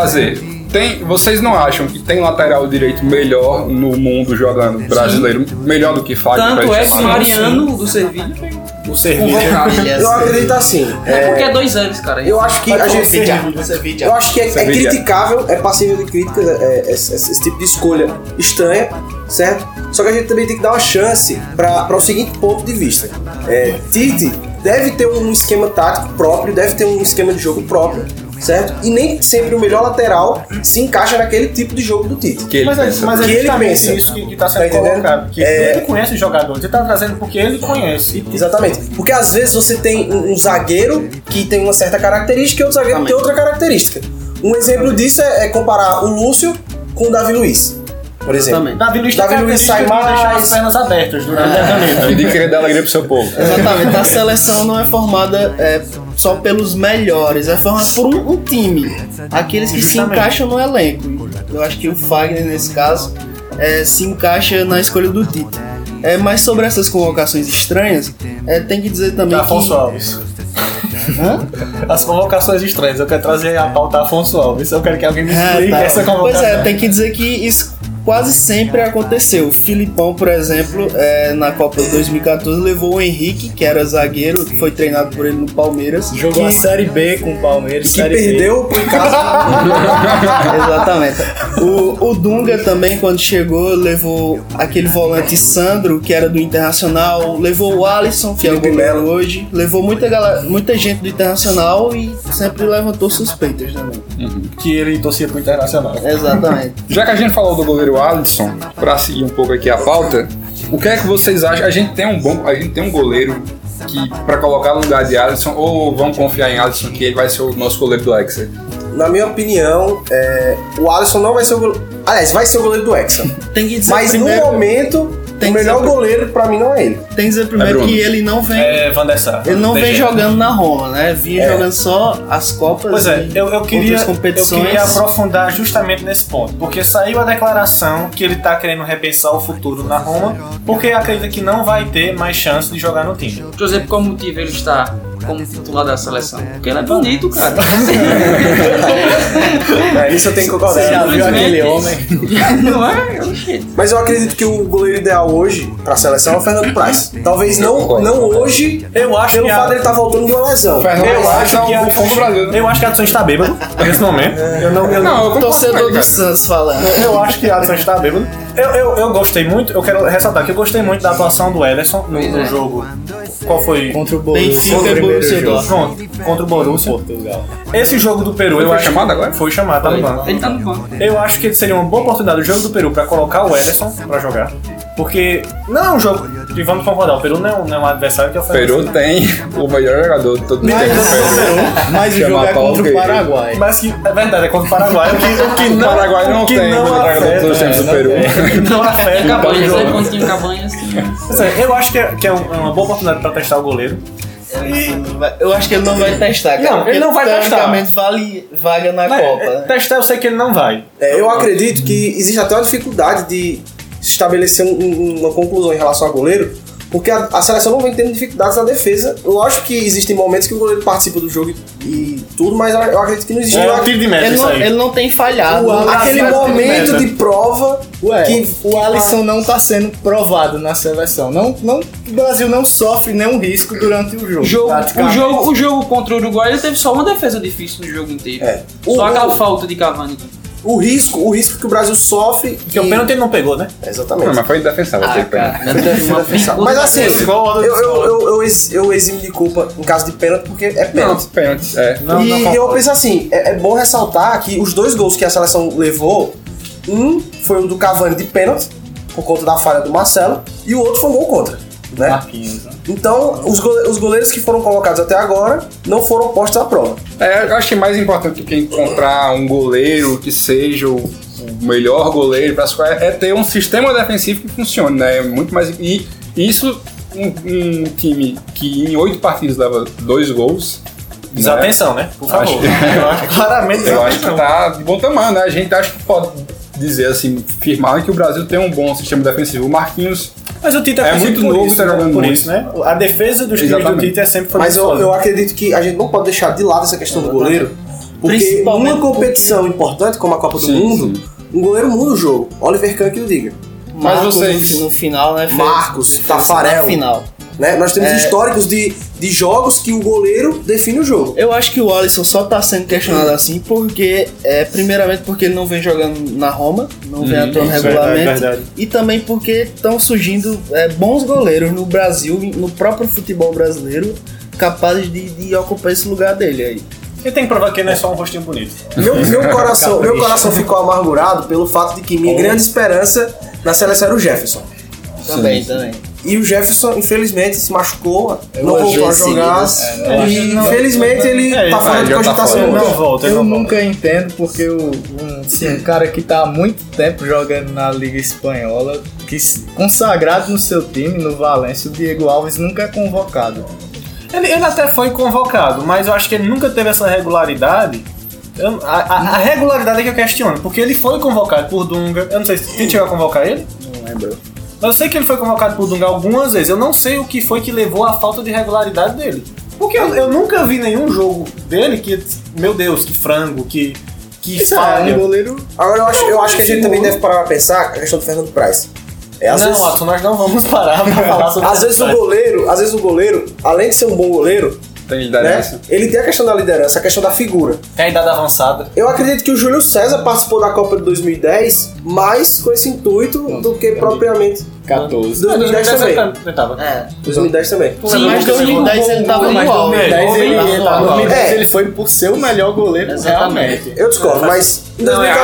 E: fazer. Tem, vocês não acham que tem lateral direito melhor no mundo jogando brasileiro? Melhor do que Fábio?
C: Tanto
E: pra
C: é
E: gente
C: que
E: falar?
C: Mariano do Sevilha foi
G: O serviço.
C: convocado.
F: Eu acredito assim.
C: É porque é dois anos, cara.
F: Eu acho que a gente.
E: Uhum.
F: Eu acho que é, é
E: vídeo.
F: criticável, é passível de críticas é- é- esse, esse tipo de escolha estranha, certo? Só que a gente também tem que dar uma chance para o seguinte ponto de vista. É, Tite deve ter um esquema tático próprio, deve ter um esquema de jogo próprio, certo? E nem sempre o melhor lateral se encaixa naquele tipo de jogo do Tite.
E: Que ele
G: Mas
E: pensa.
G: é, mas é
F: Que ele
G: justamente
F: pensa.
G: isso que está sendo
F: Tá entendendo?
G: colocado. Que
F: É.
G: ele conhece os jogadores, ele tá trazendo porque ele conhece. E-
F: Exatamente. Porque às vezes você tem um, um zagueiro que tem uma certa característica e outro zagueiro que tem outra característica. Um exemplo disso é, é comparar o Lúcio com o Davi Luiz, por exemplo.
G: Davi Luiz tá
F: Davi
G: tem
F: Luiz
G: característica
F: sai
G: de deixar
F: mais- É.
G: as pernas abertas durante a caneta.
E: E de querer dar alegria pro seu povo.
I: Exatamente. A seleção não é formada é, só pelos melhores, é formada por um, um time. Aqueles que
G: Justamente.
I: se encaixam no elenco. Eu acho que o Fagner, nesse caso, é, se encaixa na escolha do Tite.
J: Tá
I: É, mas sobre essas convocações estranhas, é, tem que dizer também
G: Tá, Afonso
I: que
G: Alves. As convocações estranhas. Eu quero trazer a pauta Afonso Alves. Eu quero que alguém me
I: Ah,
G: explique
I: tá.
G: essa
I: Pois
G: convocação.
I: é, tem que dizer que isso quase sempre aconteceu. O Filipão, por exemplo, é, na Copa de 2014 levou o Henrique, que era zagueiro, que foi treinado por ele no Palmeiras.
J: Jogou a
I: que-
J: Série B com o Palmeiras.
I: que
J: série B.
I: perdeu por causa. Exatamente. O, o Dunga também, quando chegou, levou aquele volante Sandro, que era do Internacional, levou o Alisson, que é o goleiro hoje, levou muita, galera, muita gente do Internacional e sempre levantou suspeitas também.
G: Que ele torcia pro Internacional.
I: Exatamente.
E: Já que a gente falou do goleiro Alisson, pra seguir um pouco aqui a pauta, o que é que vocês acham? A gente tem um bom, a gente tem um goleiro que pra colocar no lugar de Alisson ou vamos confiar em Alisson que ele vai ser o nosso goleiro do Hexa?
F: Na minha opinião, é, o Alisson não vai ser o goleiro. Aliás, vai ser o goleiro do Hexa.
I: Tem que dizer
F: Mas
I: primeiro,
F: no momento,
I: Tem
F: o
I: que
F: melhor
I: ser-
F: goleiro pra mim não é ele.
I: tem que, dizer primeiro
E: Bruno.
I: que ele não vem.
G: É, Van der Sar.
I: Ele não
G: Tem
I: vem
G: jeito.
I: jogando na Roma, né? Vinha
F: É.
I: jogando só as Copas.
G: Pois é,
I: e
G: eu, eu, queria,
I: outras
G: eu
I: competições.
G: queria aprofundar justamente nesse ponto, porque saiu a declaração que ele tá querendo repensar o futuro na Roma, porque acredita que não vai ter mais chance de jogar no time.
C: José, por qual motivo ele está como titular da seleção? Porque ele é bonito, cara.
F: É, isso eu tenho que concordar.
J: Você já viu
C: Simplesmente.
J: aquele homem?
C: Não é? Oxi.
F: Mas eu acredito que o goleiro ideal hoje pra seleção é o Fernando Praz. Talvez não, não hoje,
G: Eu tá, acho
F: pelo
G: que
F: fato
G: a...
F: dele estar voltando de uma lesão.
E: Fernando
G: Eu
E: Praz
G: acho
E: é
G: que
E: o
G: a-
E: bufão do Brasil.
G: Eu acho que a Adson está bêbado nesse momento. Eu não, eu
E: Não, eu concordo com
I: Torcedor
E: ele,
I: do
E: cara.
I: Santos falando.
G: Eu acho que a Adson está bêbado. Eu, eu, eu gostei muito, eu quero ressaltar que eu gostei muito da atuação do Ederson no, no jogo. Qual foi?
J: Contra o
I: Benfica
J: Borussia.
I: e
J: o primeiro
I: Borussia
J: jogo.
I: Dortmund.
G: Pronto, contra o Borussia.
J: Portugal.
G: Esse jogo do Peru, eu
E: foi
G: acho.
E: chamado agora?
G: Foi chamado, tá no banco.
C: Ele tá no banco.
G: Eu acho que seria uma boa oportunidade o jogo do Peru pra colocar o Ederson pra jogar. Porque não é um jogo. E vamos concordar, o Peru não é um, não é um adversário que é o
E: Peru tem o melhor jogador de todo o tempo. Peru.
J: Mas o
E: Chama
J: jogo é
E: Paulo
J: contra o
E: Guerreiro.
J: Paraguai.
G: Mas que é verdade, é contra o Paraguai. O que, o que
E: O
G: não,
E: Paraguai não
G: o que
E: tem o
G: não
E: melhor jogador de
G: afeta, né?
E: todos os tempos do
J: não
E: Peru.
C: né? tá
G: não afeta o
C: Cabanhas,
G: jogo.
C: aí quando tinha Cabanhas. tinha-
G: Assim, Eu acho que é, que é um- é uma boa oportunidade pra testar o goleiro.
I: Eu acho que ele não vai testar, cara.
G: Não, ele
I: porque
G: não vai testar.
I: teoricamente vale vaga na
G: Mas,
I: Copa.
G: é,
I: né?
G: testar eu sei que ele não vai.
F: É, eu acredito que existe até uma dificuldade de se estabelecer um- um- uma conclusão em relação ao goleiro, porque a, a seleção não vem tendo dificuldades na defesa. Eu acho que existem momentos que o goleiro participa do jogo e, e tudo, mas eu acredito que não existe.
G: É
F: uma-
G: um tiro de meta
I: Ele
G: isso
I: não,
G: aí.
I: ele não tem falhado.
J: O Alisson-
F: aquele
G: é
J: Alisson-
F: momento
G: meta.
F: de prova
J: Ué,
F: que
J: o Alisson não tá sendo provado na seleção. Não, não, o Brasil não sofre nenhum risco durante o jogo.
C: O jogo, o,
J: praticamente.
C: jogo, o jogo contra o Uruguai ele teve só uma defesa difícil no jogo inteiro.
F: É. O-
C: Só aquela falta de Cavani.
F: o risco, o risco que o Brasil sofre.
G: Porque o pênalti ele não pegou, né?
E: Não,
F: Exatamente.
E: mas foi indefensável aquele pênalti.
F: Mas assim, eu,
G: Discordo,
F: eu, eu, eu, ex- eu eximo de culpa em caso de pênalti, porque é
E: Não,
F: pênalti.
E: pênalti. É.
G: Não,
F: e
G: não concordo.
F: eu penso assim, é, é bom ressaltar que os dois gols que a seleção levou, um foi o do Cavani de pênalti, por conta da falha do Marcelo, e o outro foi um gol contra. Né?
J: Marquinhos, né?
F: Então, os, gole- os goleiros que foram colocados até agora não foram postos à prova.
E: É, eu acho que mais importante do que encontrar um goleiro que seja o o melhor goleiro para é é ter um sistema defensivo que funcione, né? É muito mais e isso um, um time que em oito partidas leva dois gols, né?
G: Desatenção, né? Por favor.
E: Acho que-
G: Eu acho que claramente
E: eu acho que
G: desatenção.
E: tá de bom tamanho, né? A gente acho que pode dizer assim, firmar que o Brasil tem um bom sistema defensivo. O Marquinhos
G: Mas o Tite
E: É
G: conhecido
E: muito
G: por
E: novo,
G: isso,
E: tá
G: né?
E: jogando
G: por
E: muito.
G: isso, né? A defesa dos times do
E: Exatamente.
G: Tite é sempre foi
F: Mas eu,
G: foda.
F: eu acredito que a gente não pode deixar de lado essa questão do goleiro, porque
I: Principalmente
F: numa competição importante como a Copa do
E: Sim,
F: Mundo, um goleiro muda o jogo. Oliver Kahn que o diga.
E: Mas
I: Marcos
E: vocês-
I: no, no final, né? fez-
F: Marcos,
I: fez
F: Tafarel.
I: na final.
F: Né? Nós temos
I: É.
F: históricos de, de jogos que o goleiro define o jogo.
I: Eu acho que o Alisson só tá sendo questionado assim porque, é, primeiramente, porque ele não vem jogando na Roma, não vem atuando
G: Uhum. isso,
I: regularmente.
G: verdade, verdade.
I: E também porque estão surgindo é, bons goleiros no Brasil, no próprio futebol brasileiro, capazes de, de ocupar esse lugar dele aí.
G: Ele tem que provar que não é só um rostinho bonito.
F: Meu, meu coração, meu coração ficou amargurado pelo fato de que minha grande esperança na seleção era o Jefferson.
I: Também, também.
F: E o Jefferson, infelizmente, se machucou, não
I: acho
F: voltou a
I: esse-
F: jogar.
J: eu acho
F: e,
J: que não-
F: infelizmente, ele
G: É,
F: tá
G: ele
F: fora
E: tá-
F: de
E: já tá
F: cogitação.
E: fora.
G: Ele
F: Não,
G: não volta, ele
J: eu
G: não volta.
J: nunca entendo porque o, um, assim, um cara que tá há muito tempo jogando na Liga Espanhola, que se- consagrado no seu time, no Valência, o Diego Alves nunca é convocado.
G: Ele, ele até foi convocado, mas eu acho que ele nunca teve essa regularidade. Eu- a, a- a regularidade é que eu questiono, porque ele foi convocado por Dunga. Eu não sei se quem chegou a convocar ele.
I: Não lembro.
G: Mas eu sei que ele foi convocado por Dunga algumas vezes. Eu não sei o que foi que levou à falta de regularidade dele. Porque eu, eu nunca vi nenhum jogo dele que, meu Deus, que frango, que, que
F: Isso é,
G: falha.
F: um Agora eu acho, eu acho que a gente também deve parar pra pensar a questão do Fernando Praz. É, às
G: não,
F: vezes-
G: Watson, nós não vamos parar pra falar sobre
F: às vezes o goleiro, às vezes o goleiro, além de ser um bom goleiro,
E: Tem
F: né,
E: liderança.
F: ele tem a questão da liderança, a questão da figura.
G: Tem a idade avançada.
F: Eu acredito que o Júlio César participou da Copa de 2010 mais com esse intuito do que propriamente
J: 14.
F: 2010 também.
G: Eu tava.
I: É.
F: 2010 também.
I: Sim, mas 2010 ele tava
J: Mas
I: no auge.
G: É,
J: 2010 ele,
I: Ele
J: ele,
G: tá
I: tava no auge.
J: 2010
F: É.
J: ele foi por ser o melhor goleiro
I: Exatamente.
J: realmente.
F: Eu discordo, mas em
C: Não, é, ah,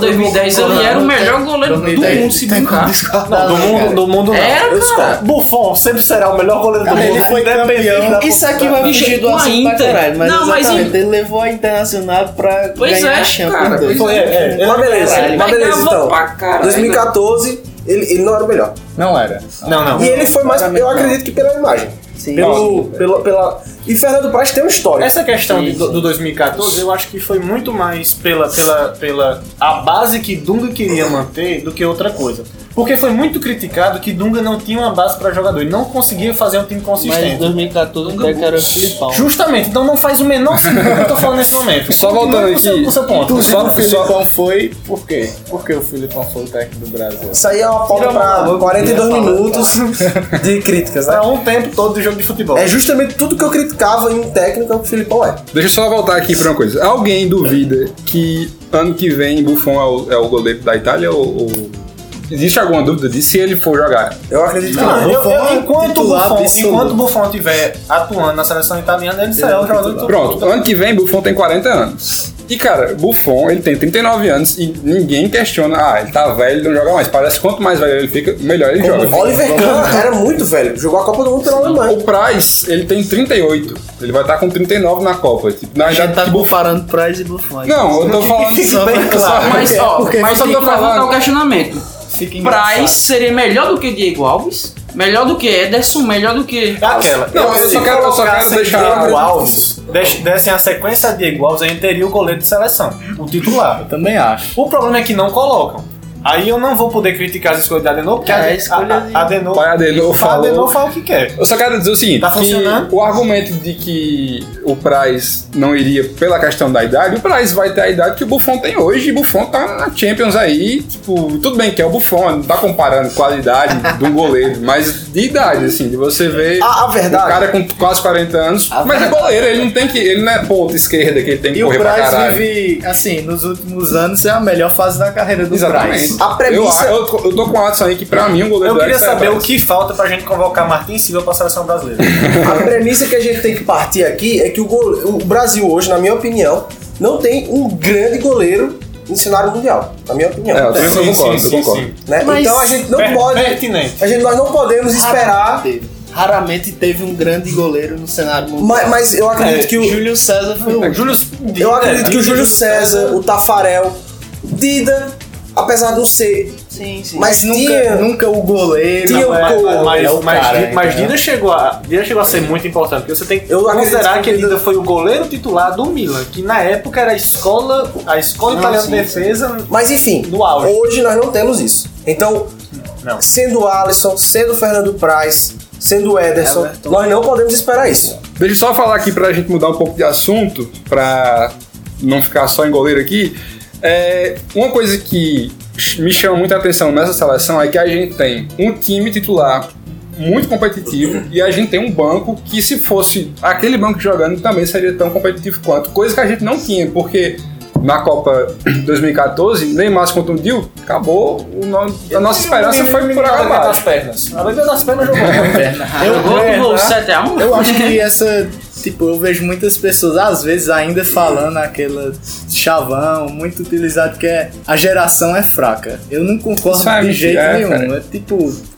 F: 2014.
C: 2010 ele era o melhor goleiro do
I: 2010
C: mundo se
I: tem como
C: brincar.
I: discordar,
G: do
I: né,
G: mundo,
I: cara?
G: do mundo não. É,
C: Era,
G: Eu discordo.
I: cara.
G: Buffon sempre será o melhor goleiro do
J: Cara,
G: mundo.
J: ele foi
G: independente
J: campeão.
G: da
I: Isso aqui vai
C: Bicho,
I: fugir do
C: com a
I: assunto pra
C: Inter.
I: caralho, mas
C: Não, mas
I: exatamente,
C: em-
I: ele levou a Internacional pra
C: Pois
I: ganhar
C: é,
I: a Champions
C: cara,
I: dois.
C: pois
G: Foi, é, é.
F: Mas beleza,
C: Caralho,
F: mas beleza
C: ganhava
F: então.
C: pra caralho.
F: 2014 ele, ele não era o melhor.
J: Não era.
G: Não, não.
F: E ele foi mais, eu
I: Claramente não.
F: acredito que pela imagem.
C: é.
I: Sim.
F: Pelo, pela, pela... E Fernando Praz tem um uma história.
G: Essa questão de- do, do 2014, eu acho que foi muito mais pela, pela, pela a base que Dunga queria manter do que outra coisa. Porque foi muito criticado que Dunga não tinha uma base pra jogador e não conseguia fazer um time
I: Mas
G: consistente.
I: 2014 até que era o Filipão.
G: Justamente, então não faz o menor sentido o que eu tô falando nesse momento.
E: Só voltando
G: Continue com o seu-
E: aqui.
G: com o seu ponto.
J: Inclusive
E: Só-
J: o Filipão foi por quê? Porque o Filipão foi o técnico do Brasil.
F: Isso aí é uma pauta pra 42 minutos de críticas, né?
G: É um tempo todo de jogo de futebol.
F: É justamente tudo que eu criticava em um técnico é o que o Filipão é.
E: Deixa eu só voltar aqui pra uma coisa. Alguém duvida que ano que vem Buffon é o, é o goleiro da Itália ou, ou- Existe alguma dúvida de se ele for jogar?
F: Eu acredito que não.
G: Não, eu- eu-
J: Buffon é
G: enquanto o
J: titular
G: Buffon,
J: absoluto.
G: enquanto o Buffon estiver atuando na seleção italiana, ele será o jogador do
E: Pronto, ano que vem Buffon tem 40 anos. E cara, Buffon, ele tem 39 anos e ninguém questiona, ah, ele tá velho, ele não joga mais. Parece que quanto mais velho ele fica, melhor ele joga.
F: Oliver Kahn era muito velho. Jogou a Copa do Mundo pela Alemanha.
E: O Price, ele tem 38. Ele vai estar com 39 na Copa. Tipo, na
I: A gente
E: idade
I: tá
E: que Buffon.
I: comparando Price e Buffon.
E: Não, eu tô falando
I: Só pra-
C: Mas, ó,
E: Porque
C: mas
E: fica
C: tem que ah, levantar
E: falando.
C: o questionamento.
J: Fica
C: Price seria melhor do que Diego Alves? Melhor do que Ederson? Melhor do que...
G: É aquela.
E: Não, mas eu só quero- eu só quero
G: Se
E: deixar-
G: Diego Alves. des- Dessem a sequência de Diego Alves, a gente teria o goleiro de seleção, o titular.
J: Eu também acho.
G: O problema é que não colocam. Aí eu não vou poder criticar as escolhas da Adenor, porque
I: É,
G: a,
I: a
G: a,
I: escolha de-
G: a Adenor,
E: Pai Adenor
G: a Adenor
E: falou.
G: fala o que quer.
E: Eu só quero dizer o seguinte:
G: Tá
E: que
G: funcionando?
E: o argumento de que o Price não iria pela questão da idade, o Price vai ter a idade que o Buffon tem hoje, e Buffon tá na Champions aí, tipo, tudo bem que é o Buffon, não tá comparando qualidade de um goleiro, mas de idade, assim, de você ver
F: A- a verdade-
E: um cara com quase 40 anos, mas é goleiro, ele não tem que, ele não é ponta esquerda que ele tem que
J: E o
E: correr pra
J: Braz
E: caralho.
J: vive, assim, nos últimos anos é a melhor fase da carreira do Braz.
E: Exatamente.
F: A premissa-
E: Eu, eu, eu tô com o Adson aí que pra mim o goleiro
G: Eu
E: do
G: queria
E: Ericsson é
G: saber o
E: Price.
G: que falta pra gente convocar Martin Silva pra seleção brasileira.
F: A premissa que a gente tem que partir aqui é que o, gole- o Brasil hoje, na minha opinião, não tem um grande goleiro no cenário mundial. Na minha opinião.
E: É, eu também concordo, eu concordo.
F: Né?
I: Mas- Ah.
F: Então a gente não
G: Per-
F: pode.
G: pertinente.
F: A gente, nós não podemos esperar.
I: Teve. Raramente teve um grande goleiro no cenário mundial.
F: Mas, mas eu acredito que o.
I: É, Júlio César foi o
G: É, Júlio,
F: Eu acredito que o Júlio César, o Tafarel, Dida, apesar de não ser.
I: Sim, sim.
F: Mas
J: Nunca,
F: tinha.
J: nunca o goleiro.
F: Tinha o
G: Mas,
F: Pô,
G: mas, mas,
J: é o
G: mas-
J: cara,
G: mas
J: entendeu?
G: Dida chegou a Dida chegou a ser muito importante porque você tem que
F: Eu
G: considerar
F: acredito
G: que
F: que
G: Dida
F: Dida
G: foi o goleiro titular do Milan que na época era a escola a escola
I: Não,
G: italiana de
I: sim,
G: defesa
F: Mas enfim,
G: No auge.
F: hoje nós não temos isso. Então,
G: Não.
F: sendo o Alisson, sendo o Fernando Praz, sendo o
E: É,
F: Ederson,
I: Everton.
F: nós não podemos esperar isso.
E: Deixa eu só falar aqui pra gente mudar um pouco de assunto, pra não ficar só em goleiro aqui. É, uma coisa que me chama muita atenção nessa seleção é que a gente tem um time titular muito competitivo e a gente tem um banco que se fosse aquele banco jogando também seria tão competitivo quanto, coisa que a gente não tinha, porque na Copa 2014, Neymar se contundiu, acabou, o no- a nossa esperança foi
G: um
E: por acabar.
G: das pernas. É. tá? A Lívia das pernas jogou.
C: Eu
G: É,
C: vou do 7x1.
J: Eu acho que essa. Tipo, eu vejo muitas pessoas, às vezes, ainda falando aquela chavão muito utilizado que é a geração é fraca. Eu não concordo
E: Isso é
J: de
E: mentira,
J: jeito
E: é,
J: nenhum.
E: cara.
J: É tipo.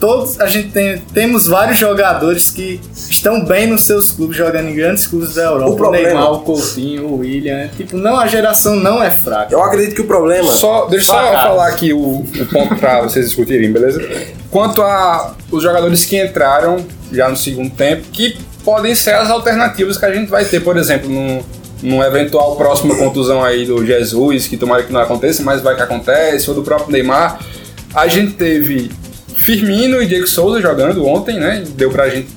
J: Todos, a gente tem, temos vários jogadores que estão bem nos seus clubes, jogando em grandes clubes da Europa.
F: O problema-
J: Neymar, o Coutinho, o William. é tipo, não, a geração não é fraca.
F: Eu acredito que o problema.
E: Só, deixa eu só falar aqui o, o ponto pra vocês discutirem, beleza? Quanto a os jogadores que entraram já no segundo tempo, que podem ser as alternativas que a gente vai ter, por exemplo, num, num eventual próxima contusão aí do Jesus, que tomara que não aconteça, mas vai que acontece, ou do próprio Neymar. A gente teve Firmino e Diego Souza jogando ontem, né? Deu pra gente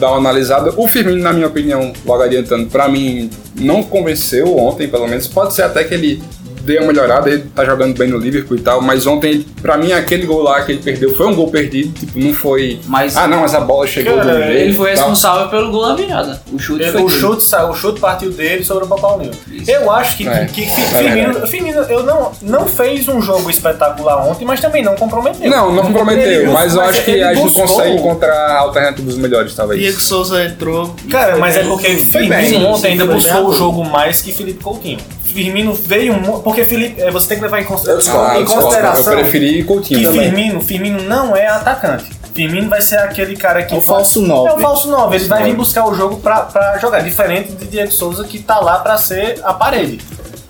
E: dar uma analisada. O Firmino, na minha opinião, logo adiantando, pra mim, não convenceu ontem, pelo menos. Pode ser até que ele dê uma melhorada, ele tá jogando bem no Liverpool e tal, mas ontem, pra mim, aquele gol lá que ele perdeu foi um gol perdido, tipo, não foi.
C: Mas-
E: ah, não, mas a bola chegou
G: Cara,
E: do jeito.
C: Ele foi
E: e tal.
C: responsável pelo gol da virada. O um chute
G: Ele-
C: foi
G: o,
C: dele.
G: chute, sa- o chute partiu dele sobre o Paulinho. Eu acho que,
E: É,
G: que,
E: é
G: que Firmino,
E: verdade.
G: Firmino eu não, não fez um jogo espetacular ontem, mas também não comprometeu.
E: Não, não comprometeu,
G: Ele-
E: mas eu acho que
G: ele
E: a gente
G: buscou.
E: consegue encontrar alternativas melhores, talvez.
I: Diego Souza entrou. e
G: Cara,
I: foi
G: mas é
I: bem.
G: porque
I: Foi bem.
G: Firmino ontem ainda
I: Foi bem.
G: buscou o jogo mais que Felipe Coutinho. Firmino veio. mu- Porque Felipe, eh, você tem que levar em consideração.
F: Eu discordo,
E: Ah,
G: em
E: eu discordo.
G: consideração
E: Eu preferi Coutinho
G: que
E: também.
G: Firmino, Firmino não é atacante. Firmino vai ser aquele cara que.
J: É o falso nove.
G: É o falso 9. Ele vai vir buscar o jogo pra, pra jogar. Diferente de Diego Souza que tá lá pra ser a parede.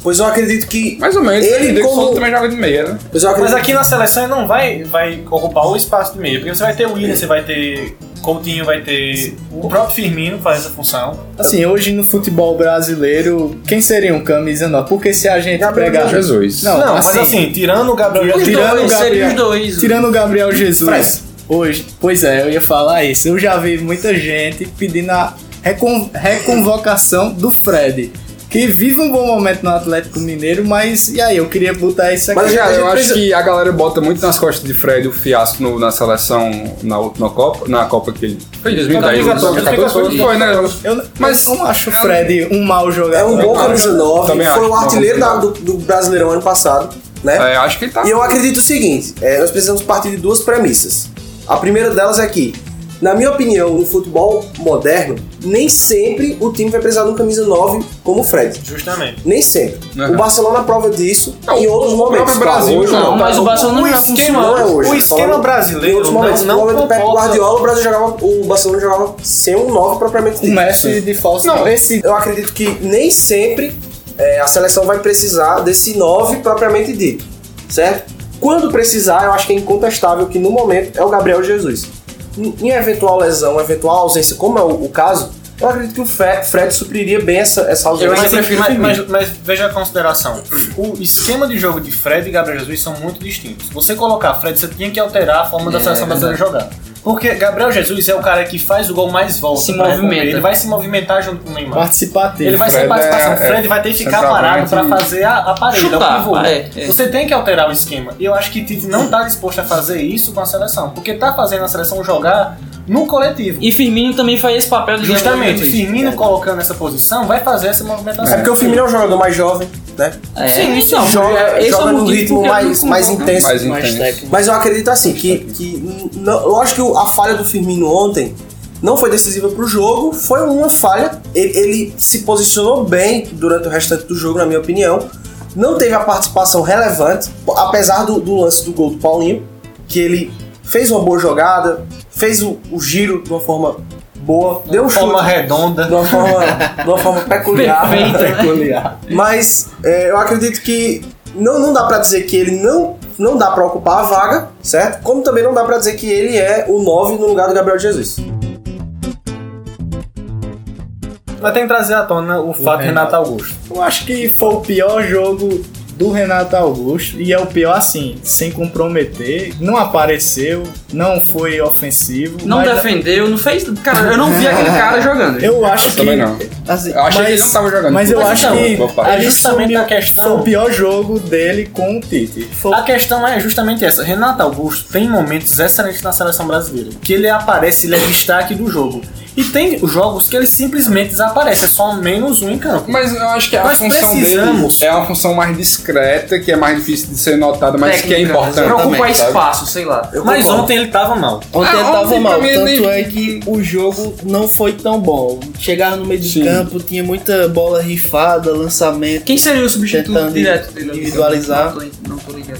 F: Pois eu acredito que.
E: Mais ou menos,
F: Ele
E: ele Diego
F: como-
E: Souza também joga de meia, né?
F: Pois eu
G: Mas
F: acredito
G: aqui na seleção ele não vai, vai ocupar o espaço do meio. Porque você vai ter o Willian, você vai ter Coutinho, vai ter o próprio Firmino faz essa função.
J: Assim, hoje no futebol brasileiro, quem seria um camisa 9? Porque se a gente
F: Gabriel
J: pegar.
E: Jesus.
J: Não,
G: Não,
J: assim,
G: mas assim, tirando o Gabriel
C: Os
G: Jesus,
J: Tirando o
C: dois,
J: Gabriel.
C: seriam os dois.
J: Tirando o Gabriel Jesus.
F: Fred.
J: Hoje, pois é, eu ia falar isso. Eu já vi muita gente pedindo a recon- reconvocação do Fred. Que vive um bom momento no Atlético Mineiro, mas e aí? Eu queria botar isso aqui.
E: Mas, cara, eu acho
J: Precisa-
E: que a galera bota muito nas costas de Fred o fiasco no- na seleção na última Copa, na Copa que ele. Foi em 2010,
G: 2014,
E: 2014, foi, foi, né?
J: Eu,
E: Mas-
J: mas eu não acho o Fred um mau jogador.
F: É um bom
E: acho.
F: camisa 9,
E: Também
F: foi
E: acho,
F: o
E: bom
F: artilheiro da-
E: camisa
F: do, do Brasileirão ano passado, né?
E: É, acho que ele tá.
F: E eu acredito o seguinte, é, nós precisamos partir de duas premissas. A primeira delas é que, na minha opinião, no futebol moderno, nem sempre o time vai precisar de um camisa 9 como o Fred.
G: justamente.
F: Nem sempre.
E: Aham.
F: O Barcelona prova disso
E: Não,
F: em outros
E: o
F: momentos.
E: próprio Brasil
F: Hoje
E: não,
C: mas o Barcelona
F: o
C: já
F: esquema-
C: funciona.
F: não é hoje.
G: O
F: tô
G: esquema
F: falando
G: brasileiro
F: Em outros momentos,
G: não- não
F: provavelmente Pep
G: comporta-
F: Guardiola, o Brasil jogava, o Barcelona jogava sem um 9 propriamente
J: O
F: dito.
J: Messi de falso.
E: Não,
J: esse.
F: eu acredito que nem sempre é, a seleção vai precisar desse 9 propriamente dito, certo? Quando precisar, eu acho que é incontestável que no momento é o Gabriel Jesus. Em em eventual lesão, eventual ausência, como é o, o caso, eu acredito que o Fre- Fred supriria bem essa, essa ausência.
G: Mas,
C: prefiro
G: mas,
C: Firmino.
G: mas- mas veja a consideração. O esquema de jogo de Fred e Gabriel Jesus são muito distintos. Você colocar Fred, você tinha que alterar a forma
C: É,
G: da seleção brasileira jogar. Porque Gabriel Jesus é o cara que faz o gol mais volta.
C: Se
G: pra recompor.
C: movimenta.
G: Ele vai se movimentar junto com o Neymar.
J: Participativo.
G: Ele vai
E: Fred
G: ser participação.
E: é-
G: Fred vai ter que ficar parado pra
E: centroavante.
G: fazer a, a parede.
C: Chutar,
G: o pivô.
C: é, é.
G: Você tem que alterar o esquema. E eu acho que Tite não tá disposto a fazer isso com a seleção. Porque tá fazendo a seleção jogar no coletivo.
C: E Firmino também faz esse papel do
G: Justamente,
C: Gabriel Jesus.
G: Firmino colocando nessa posição vai fazer essa movimentação.
F: É porque o Firmino é um jogador mais jovem, né?
C: É,
F: Sim,
C: então,
F: joga,
C: esse é né?
F: joga
C: o
F: num
C: motivo
F: ritmo
C: porque eu
F: mais,
C: não-
F: mais intenso.
E: mais
I: Mais
E: intenso.
I: técnico.
F: Mas eu acredito assim, que, que n- não- eu acho que o- a falha do Firmino ontem não foi decisiva pro jogo, foi uma falha. Ele, ele se posicionou bem durante o restante do jogo, na minha opinião. Não teve a participação relevante, apesar do, do lance do gol do Paulinho, que ele fez uma boa jogada, fez o, o giro de uma forma boa, deu um
G: de forma
F: chute de
G: redonda.
F: uma forma, de uma forma peculiar.
C: Perfeito.
J: peculiar.
F: Mas é, eu acredito que não, não dá pra dizer que ele não, não dá pra ocupar a vaga, certo? Como também não dá pra dizer que ele é o 9 no lugar do Gabriel Jesus.
G: Mas tem que trazer à tona o fato de Renato Augusto.
J: Eu acho que foi o pior jogo do Renato Augusto. E é o pior assim, sem comprometer. Não apareceu, não foi ofensivo.
C: Não
J: mas
C: defendeu, não fez. Cara, eu não vi aquele cara jogando.
J: Eu acho que.
E: Também não.
I: Assim,
E: Eu achei que ele
J: Mas-
E: não tava jogando.
J: Mas eu
E: Mas
J: acho
E: então, vou
J: que
E: falar.
J: a
G: Justamente
J: justamente
G: a questão-
J: foi o pior jogo dele com o Tite. Foi-
G: A questão é justamente essa. Renato Augusto tem momentos excelentes na seleção brasileira. Que ele aparece, ele é destaque do jogo. E tem jogos que ele simplesmente desaparece, é só menos um em campo.
E: Mas eu acho que a
G: Nós
E: função
G: precisamos-
E: dele é uma função mais discreta, que é mais difícil de ser notada, mas que é
C: Técnica, né?
E: importante.
C: Pra ocupar
E: também, sabe?
C: espaço, sei lá.
G: Mas ontem ele tava mal.
I: Ontem
E: Ah,
I: ele tava
E: ontem
I: mal,
E: também
I: tanto
E: nem-
I: é que o jogo não foi tão bom. Chegava no meio de
E: Sim.
I: campo, tinha muita bola rifada, lançamento.
C: Quem seria o substituto
I: Tentando
C: direto dele?
I: individualizar.
C: Não tô- Não tô ligado.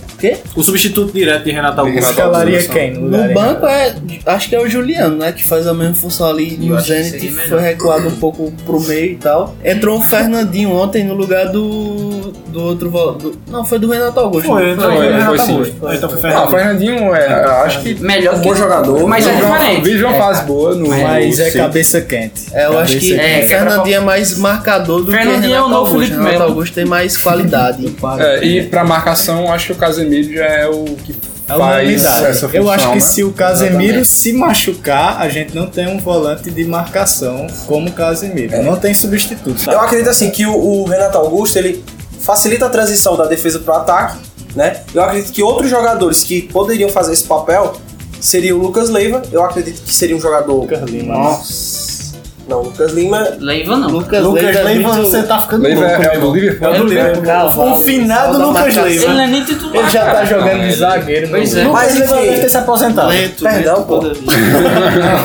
G: O substituto direto de Renato
E: Augusto.
G: Augusto.
J: Escalaria quem? No, lugar
I: No
J: de-
I: banco é. Acho que é o Juliano, né? Que faz a mesma função ali. E
C: Eu
I: o
C: acho que
I: Zenit
C: seria melhor.
I: foi recuado um pouco pro meio e tal. Entrou o Fernandinho ontem no lugar do. do outro vol- do- Não, foi do Renato Augusto.
G: Foi, então foi,
E: é, Foi,
G: Renato
E: foi sim.
G: Augusto. Então
E: Ah,
G: foi
E: o
G: Fernando.
E: Fernandinho é, eu acho que
C: Melhor que.
E: bom jogador.
C: Mas é
E: Vive uma-
C: diferente.
E: Vive uma fase boa no
J: Mas
E: no
J: é
E: City.
J: cabeça quente.
I: É, eu acho
J: Cabeça
I: que
J: quente.
C: É,
I: o Fernandinho é mais marcador do que
C: Fernandinho é o
I: Renato
C: novo
I: Augusto.
C: Felipe
I: Renato
C: Melo.
E: né?
I: Augusto tem mais qualidade.
E: É, e pra marcação, acho que o Casemiro já é o que
G: a
E: faz essa
G: unanimidade.
E: função,
G: Eu acho que
E: né?
G: se o Casemiro
E: Exatamente.
G: se machucar, a gente não tem um volante de marcação como o Casemiro. Não tem substituto.
J: Tá.
F: Eu acredito assim que o, o Renato Augusto ele facilita a transição da defesa para o ataque, né? Eu acredito que outros jogadores que poderiam fazer esse papel seria o Lucas Leiva. Eu acredito que seria um jogador.
G: Lucas Lima. né?
F: Nossa. Não, Lucas Lima.
C: Leiva não.
I: Lucas,
G: Lucas
I: Leiva, é
G: Leiva,
I: muito-
G: você tá ficando
E: Leiva
G: louco.
E: é é do Liverpool.
G: É do
F: Liverpool.
G: Liverpool.
I: Cavalo,
G: O finado
I: só da
G: Lucas
I: marcação.
G: Leiva.
C: Ele não é nem titular.
G: Ele já tá
E: Cara,
G: jogando
E: não,
G: de
E: ele-
G: zagueiro.
C: Pois é.
G: Lucas
F: Mas
G: Leiva
F: enfim.
G: deve ter se aposentado.
I: Lento,
F: Perdão,
I: lento,
F: pô.
I: poderoso.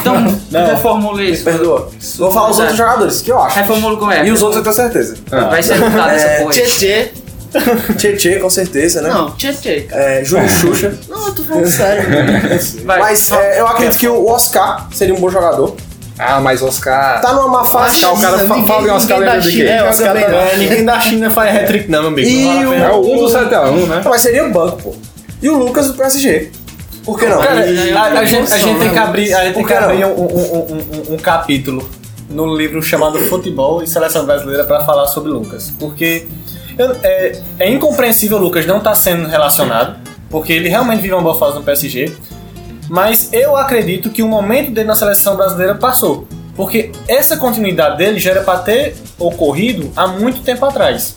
C: Então,
G: Não.
C: reformula isso.
F: Perdoa. Vou falar os
G: é.
F: outros jogadores que eu acho.
C: Reformula como é.
F: E os outros eu tenho certeza.
C: Vai ser mudado essa
F: É,
C: porra. aí.
I: Tietê.
F: Tietê, com certeza, né?
I: Não, Tietê, cara.
F: É, Júnior Xuxa.
I: Não, eu tô falando sério.
C: Vai.
F: Mas é, eu acredito que o Oscar seria um bom jogador.
E: Ah, mas Oscar.
F: Tá numa má fase.
E: Tá, o cara fa-
I: Ninguém-
E: fala em Oscar
I: ninguém
E: lembra
I: da
E: de
I: China
E: quê?
G: É,
I: Eu
G: os caras
I: também não.
G: é, ninguém da China faz hat-trick não, meu amigo. Ah,
F: E
G: Não vale a
F: o-
G: pena.
E: É o 1 do 7 a 1, né?
F: Mas seria banco, pô. E o Lucas do PSG. Por que né? não?
G: Cara,
F: E-
G: a, a gente, a gente tem que abrir, a gente tem
F: Por
G: que
F: que não?
G: abrir um, um- um- um- um- um capítulo no livro chamado Futebol e Seleção Brasileira para falar sobre Lucas. Porque eu- é, é incompreensível o Lucas não estar sendo relacionado, porque ele realmente vive uma boa fase no PSG. Mas eu acredito que o momento dele na seleção brasileira passou. Porque essa continuidade dele já era para ter ocorrido há muito tempo atrás.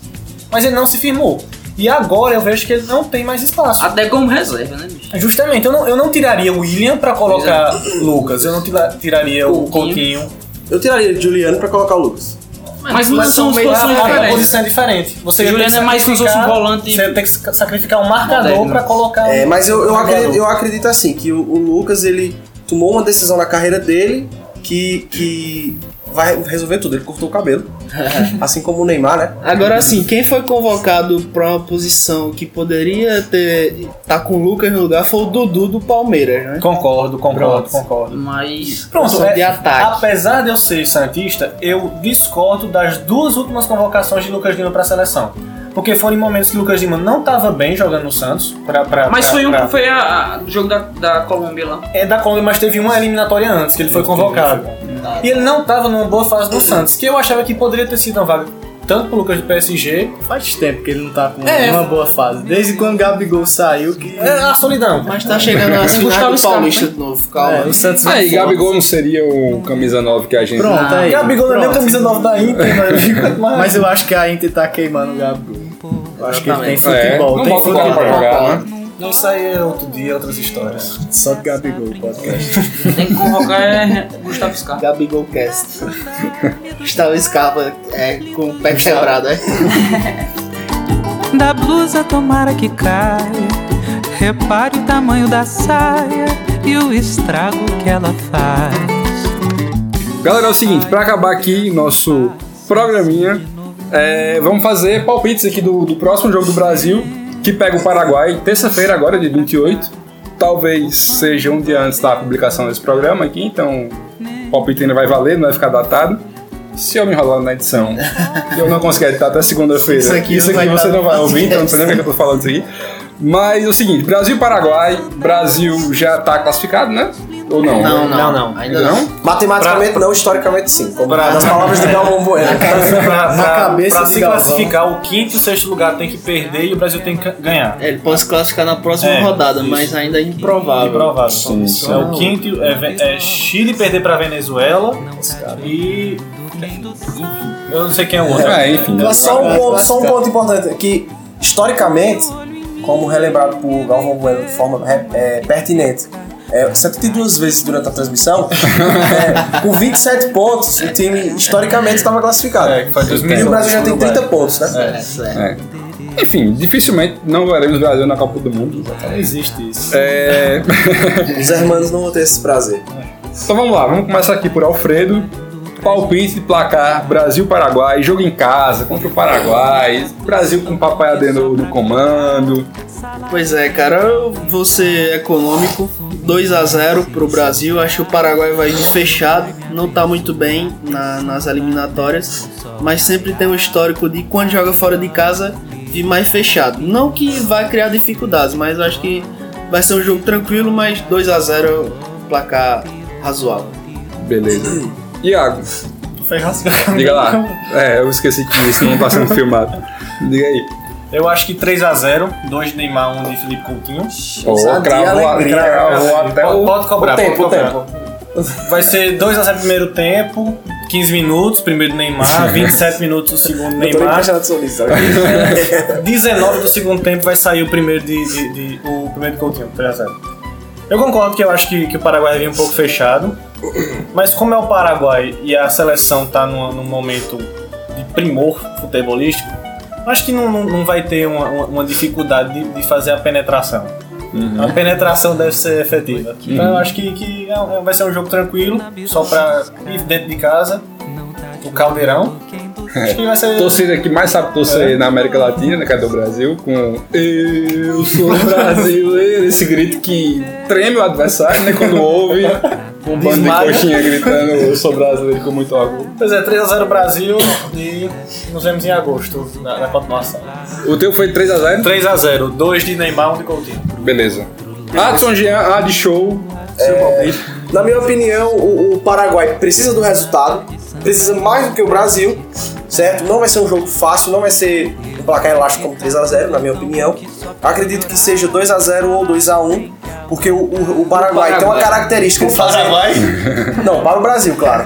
G: Mas ele não se firmou. E agora eu vejo que ele não tem mais espaço.
C: Até como reserva, né, bicho?
G: Justamente, eu não, eu não tiraria o William pra colocar Lucas, eu não tira- tiraria o
C: Coutinho.
G: Coutinho.
F: Eu tiraria o Juliano pra colocar o Lucas.
C: Mas não são
G: Mas
C: posições
G: é uma
C: diferentes.
G: posição diferente. Você
C: O
G: ia ter
C: Juliano
G: que
C: é mais como se fosse um
G: sacrificar-
C: volante.
G: Você ia ter que sa- sacrificar um marcador
C: Moderno.
G: pra colocar.
F: É,
G: um
F: mas eu, eu,
G: jogador.
F: acredito, eu acredito assim, que o, o Lucas, ele tomou uma decisão na carreira dele que, que vai resolver tudo. Ele cortou o cabelo. assim como o Neymar, né?
I: Agora assim, quem foi convocado pra uma posição que poderia ter tá com o Lucas no lugar foi o Dudu do Palmeiras, né?
G: Concordo, concordo,
I: Pronto.
G: concordo.
C: Mas.
G: Pronto,
I: Posição
G: é,
I: de ataque.
G: apesar de eu ser santista, eu discordo das duas últimas convocações de Lucas Lima pra seleção. Porque foram em momentos que Lucas Lima não tava bem jogando no Santos. Pra, pra,
C: Mas
G: pra-
C: foi um
G: pra-
C: que foi a, a- do jogo da, da Colômbia lá.
G: É da Colômbia, mas teve uma eliminatória antes que ele foi convocado. E ele não estava numa boa fase do Santos, que eu achava que poderia ter sido uma vaga tanto pro Lucas do PSG.
I: Faz tempo que ele não tá com
G: né? É.
I: uma boa fase. Desde quando o Gabigol saiu que
G: É a solidão.
I: mas tá chegando a final
C: Gustavo
I: do
C: Scarpa,
I: Paulista de novo, calma.
G: né? É, o Santos
E: Ah, e Gabigol não seria o camisa 9 que a gente.
G: Pronto, aí.
F: Gabigol não é nem
G: Pronto.
F: camisa nova da Inter, mano.
G: Mas eu acho que a Inter tá queimando o Gabigol. Eu acho que ele tem
E: É,
G: futebol.
E: não
G: tem
E: bota o bola pra
G: futebol.
E: jogar, né?
G: Não Isso aí é outro dia, outras histórias. Só de Gabigol, podcast.
C: Tem que convocar é Gustavo Scarpa.
I: Gabigol Cast. Gustavo Scarpa é, com o pé quebrado, é?
H: Da blusa tomara que caia. Repare o tamanho da saia e o estrago que ela faz.
E: Galera, é o seguinte, pra acabar aqui nosso programinha, é, vamos fazer palpites aqui do, do próximo jogo do Brasil, que pega o Paraguai, terça-feira agora, de 28. Talvez seja um dia antes da publicação desse programa aqui, então o palpite ainda vai valer, não vai ficar datado. Se eu me enrolar na edição e eu não conseguir editar até segunda-feira,
I: Isso
E: isso
I: aqui
E: aqui,
I: não vai
E: você
I: dar
E: não vai
I: no
E: ouvir, então não sei nem o que eu tô falando isso aqui. Mas é o seguinte, Brasil e Paraguai, Brasil já tá classificado, né? Ou não?
I: Não, não.
G: Não, não.
I: Ainda não.
F: Matematicamente não, historicamente sim. Como
G: Pra-
F: nas palavras de Galvão Bueno.
G: Pra, pra,
I: Na cabeça
G: pra
I: de
G: se
I: Galvão.
G: classificar, o quinto e o sexto lugar tem que perder e o Brasil tem que ganhar.
I: É, Ele pode se classificar na próxima
G: É,
I: rodada,
G: isso.
I: mas ainda é
G: Provável.
I: improvável.
G: Improvável.
E: sim.
G: É o quinto é, Ve- é Chile perder pra Venezuela e. Eu não sei quem é o outro.
E: É, enfim.
F: Só um, ponto, só um ponto importante, que historicamente, como relembrado por Galvão Bueno de forma re- é, pertinente, é, 72 vezes durante a transmissão, é, com 27 pontos, o time historicamente estava classificado.
G: É, que foi
F: e o
G: 2011
F: Brasil já tem
G: no Uruguai.
F: 30 pontos, né?
I: É, certo.
E: É. Enfim, dificilmente não veremos o Brasil na Copa do Mundo.
G: Não existe isso.
E: É,
F: Os hermanos não vão ter esse prazer.
E: Então vamos lá, vamos começar aqui por Alfredo. Palpite de placar Brasil-Paraguai, jogo em casa contra o Paraguai, Brasil com o Papai Adenor no comando.
I: Pois é, cara, eu vou ser econômico. 2 a 0 pro Brasil. Acho que o Paraguai vai vir fechado. Não tá muito bem na- nas eliminatórias. Mas sempre tem um histórico de quando joga fora de casa vir mais fechado. Não que vai criar dificuldades, mas acho que vai ser um jogo tranquilo, mas 2 a 0 é um placar razoável.
E: Beleza. Iago,
G: Foi rasgado.
E: tá diga lá. É, eu esqueci que isso não está sendo filmado. Diga aí.
G: Eu acho que 3x0, 2 de Neymar, 1 de Felipe Coutinho.
E: Pô,
G: Sadia,
E: cravou-
G: alegria, né?
E: cravou
G: cara.
E: Ah, até
G: pode,
E: o-
G: pode cobrar,
E: o tempo,
G: pode
E: o
G: cobrar. Vai ser 2x0 primeiro tempo, 15 minutos, primeiro do Neymar, 27 minutos o segundo
F: Eu tô
G: Neymar.
F: imaginando sorriso.
G: 19 do segundo tempo vai sair o primeiro de, de- de- o primeiro de Coutinho, 3x0. Eu concordo que eu acho que, que o Paraguai vai vir um pouco fechado, mas como é o Paraguai e a seleção tá num, num momento de primor futebolístico, eu acho que não, não, não vai ter uma, uma- uma dificuldade de, de fazer a penetração. A penetração deve ser efetiva. Então eu acho que, que é um- vai ser um jogo tranquilo, só pra ir dentro de casa, o caldeirão. Acho que vai ser.
E: Torcida que mais sabe torcer na América Latina, né, que é do Brasil, com Eu sou brasileiro, esse grito que treme o adversário, né? Quando ouve um bando de
G: Desmaia.
E: coxinha gritando Eu sou brasileiro com muito orgulho.
G: Pois é, 3x0 Brasil e nos vemos em agosto na, na continuação.
E: O teu foi 3x0?
G: 3x0, 2 de Neymar, 1 de Coutinho.
E: Beleza. Adson Jean, A de show.
J: É.
E: Seu palpite.
F: Na minha opinião, o, o Paraguai precisa do resultado, precisa mais do que o Brasil, certo? Não vai ser um jogo fácil, não vai ser um placar elástico como 3x0, na minha opinião. Acredito que seja 2x0 ou 2x1, porque o, o- o Paraguai tem uma
C: Paraguai.
F: característica de fazer. Não, para o Brasil, claro.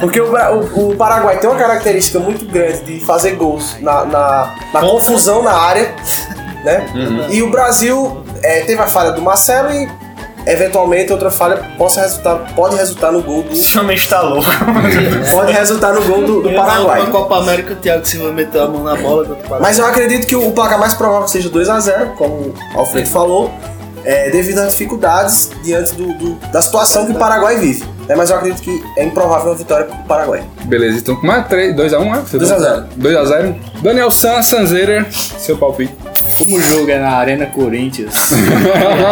F: Porque o, Bra- o- o Paraguai tem uma característica muito grande de fazer gols na, na- na confusão na área, né? E o Brasil é, teve a falha do Marcelo e eventualmente outra falha possa resultar, pode resultar no gol do.
G: Esse homem está louco.
F: Pode resultar no gol do, do
I: Na
F: Paraguai.
I: Copa América, o Thiago Silva meteu a mão na bola contra o Paraguai.
F: Mas eu acredito que o placar mais provável seja 2x0, como o Alfredo falou, é, devido às dificuldades diante do, do- da situação que o Paraguai vive. né? Mas eu acredito que é improvável uma vitória pro Paraguai.
E: Beleza, então com mais 3, 2x1, né?
F: 2 a 0.
E: 2x0. Daniel San, Sanzeira, seu palpite.
J: Como o jogo é na Arena Corinthians,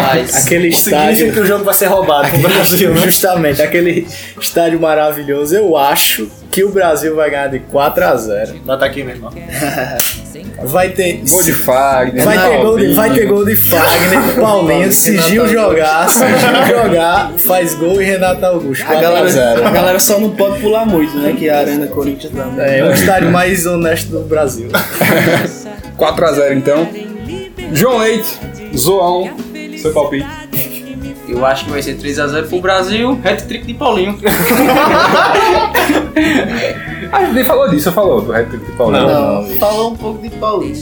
C: Mas,
J: aquele
G: Significa
J: estádio.
G: que o jogo vai ser roubado pro Brasil, né?
J: Justamente, aquele estádio maravilhoso. Eu acho que o Brasil vai ganhar de 4 a 0
G: Bota aqui mesmo. ó.
J: Vai ter.
E: Gol de Fagner.
J: Vai ter, gol de,
E: Paulinho.
J: vai ter gol de Fagner, Paulinho, se Gil jogar, se Gil jogar, faz gol e Renato Augusto.
I: A
J: 4 a
I: galera, a
J: 0
I: galera só não pode pular muito, né? Que a Arena Corinthians dá. né?
J: É, o estádio mais honesto do Brasil.
E: 4x0 então. João Leite, Zoão, seu palpite.
C: eu acho que vai ser 3x0 pro Brasil, hat-trick de Paulinho.
E: Ah, ele nem falou disso, eu falou do rap de Paulinho.
I: Não, falou um pouco de Paulinho.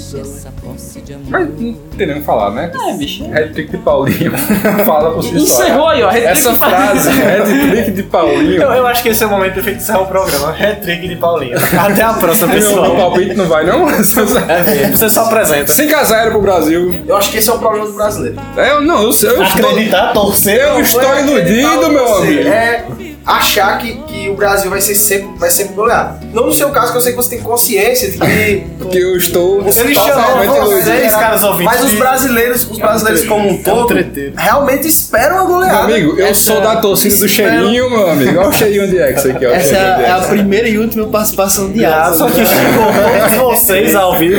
E: Mas não tem nem o que falar, né?
C: É, bicho.
E: Hat-trick de Paulinho. Fala por si só.
C: Encerrou aí, ó. hat-trick
E: Essa
C: de Paulinho.
E: frase, hat-trick de Paulinho.
G: Eu, eu acho que esse é o momento perfeito de encerrar o programa. Retrick de Paulinho. Até a próxima,
E: Não, meu
G: pessoal. É,
E: palpite não vai, não?
G: Você só apresenta.
E: 5x0 pro Brasil.
F: Eu acho que esse é o problema do brasileiro.
E: Eu não, eu, eu estou,
G: Acreditar, torcer.
E: eu estou Tá iludido, meu amigo.
F: É achar que, que o Brasil vai ser sempre, vai sempre goleado. Não no seu caso, que eu sei que você tem consciência de que.
E: Porque eu estou
F: Eles
E: totalmente
F: chamam
E: iludido.
J: é
F: vocês,
G: caras ouvintes.
F: né? Mas os brasileiros, os brasileiros como um todo,
J: treteiro.
F: realmente esperam a
E: Meu
F: goleada.
E: amigo, eu sou da torcida do cheirinho, meu amigo. Olha o cheirinho de ex aqui, ó. o
I: Essa é
E: cheirinho
I: a,
E: de
I: é a
E: ex.
I: primeira e última participação de Asa.
G: Ah, Só que ficou todos vocês ao vivo.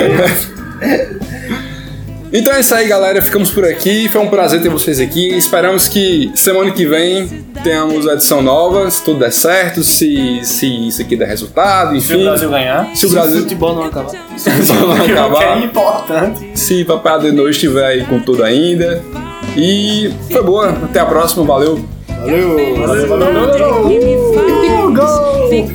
E: Então é isso aí, galera. Ficamos por aqui. Foi um prazer ter vocês aqui. Esperamos que semana que vem tenhamos a edição nova, se tudo der certo, se, se isso aqui der resultado, enfim.
G: Se o Brasil ganhar.
E: Se o Brasil-
I: futebol não acabar.
E: se o futebol não
G: Que é
E: acabar,
G: importante.
E: se Papai de Noite estiver aí com tudo ainda. E foi boa. Até a próxima. Valeu.
J: Valeu!
G: Valeu.
L: que me faz
E: é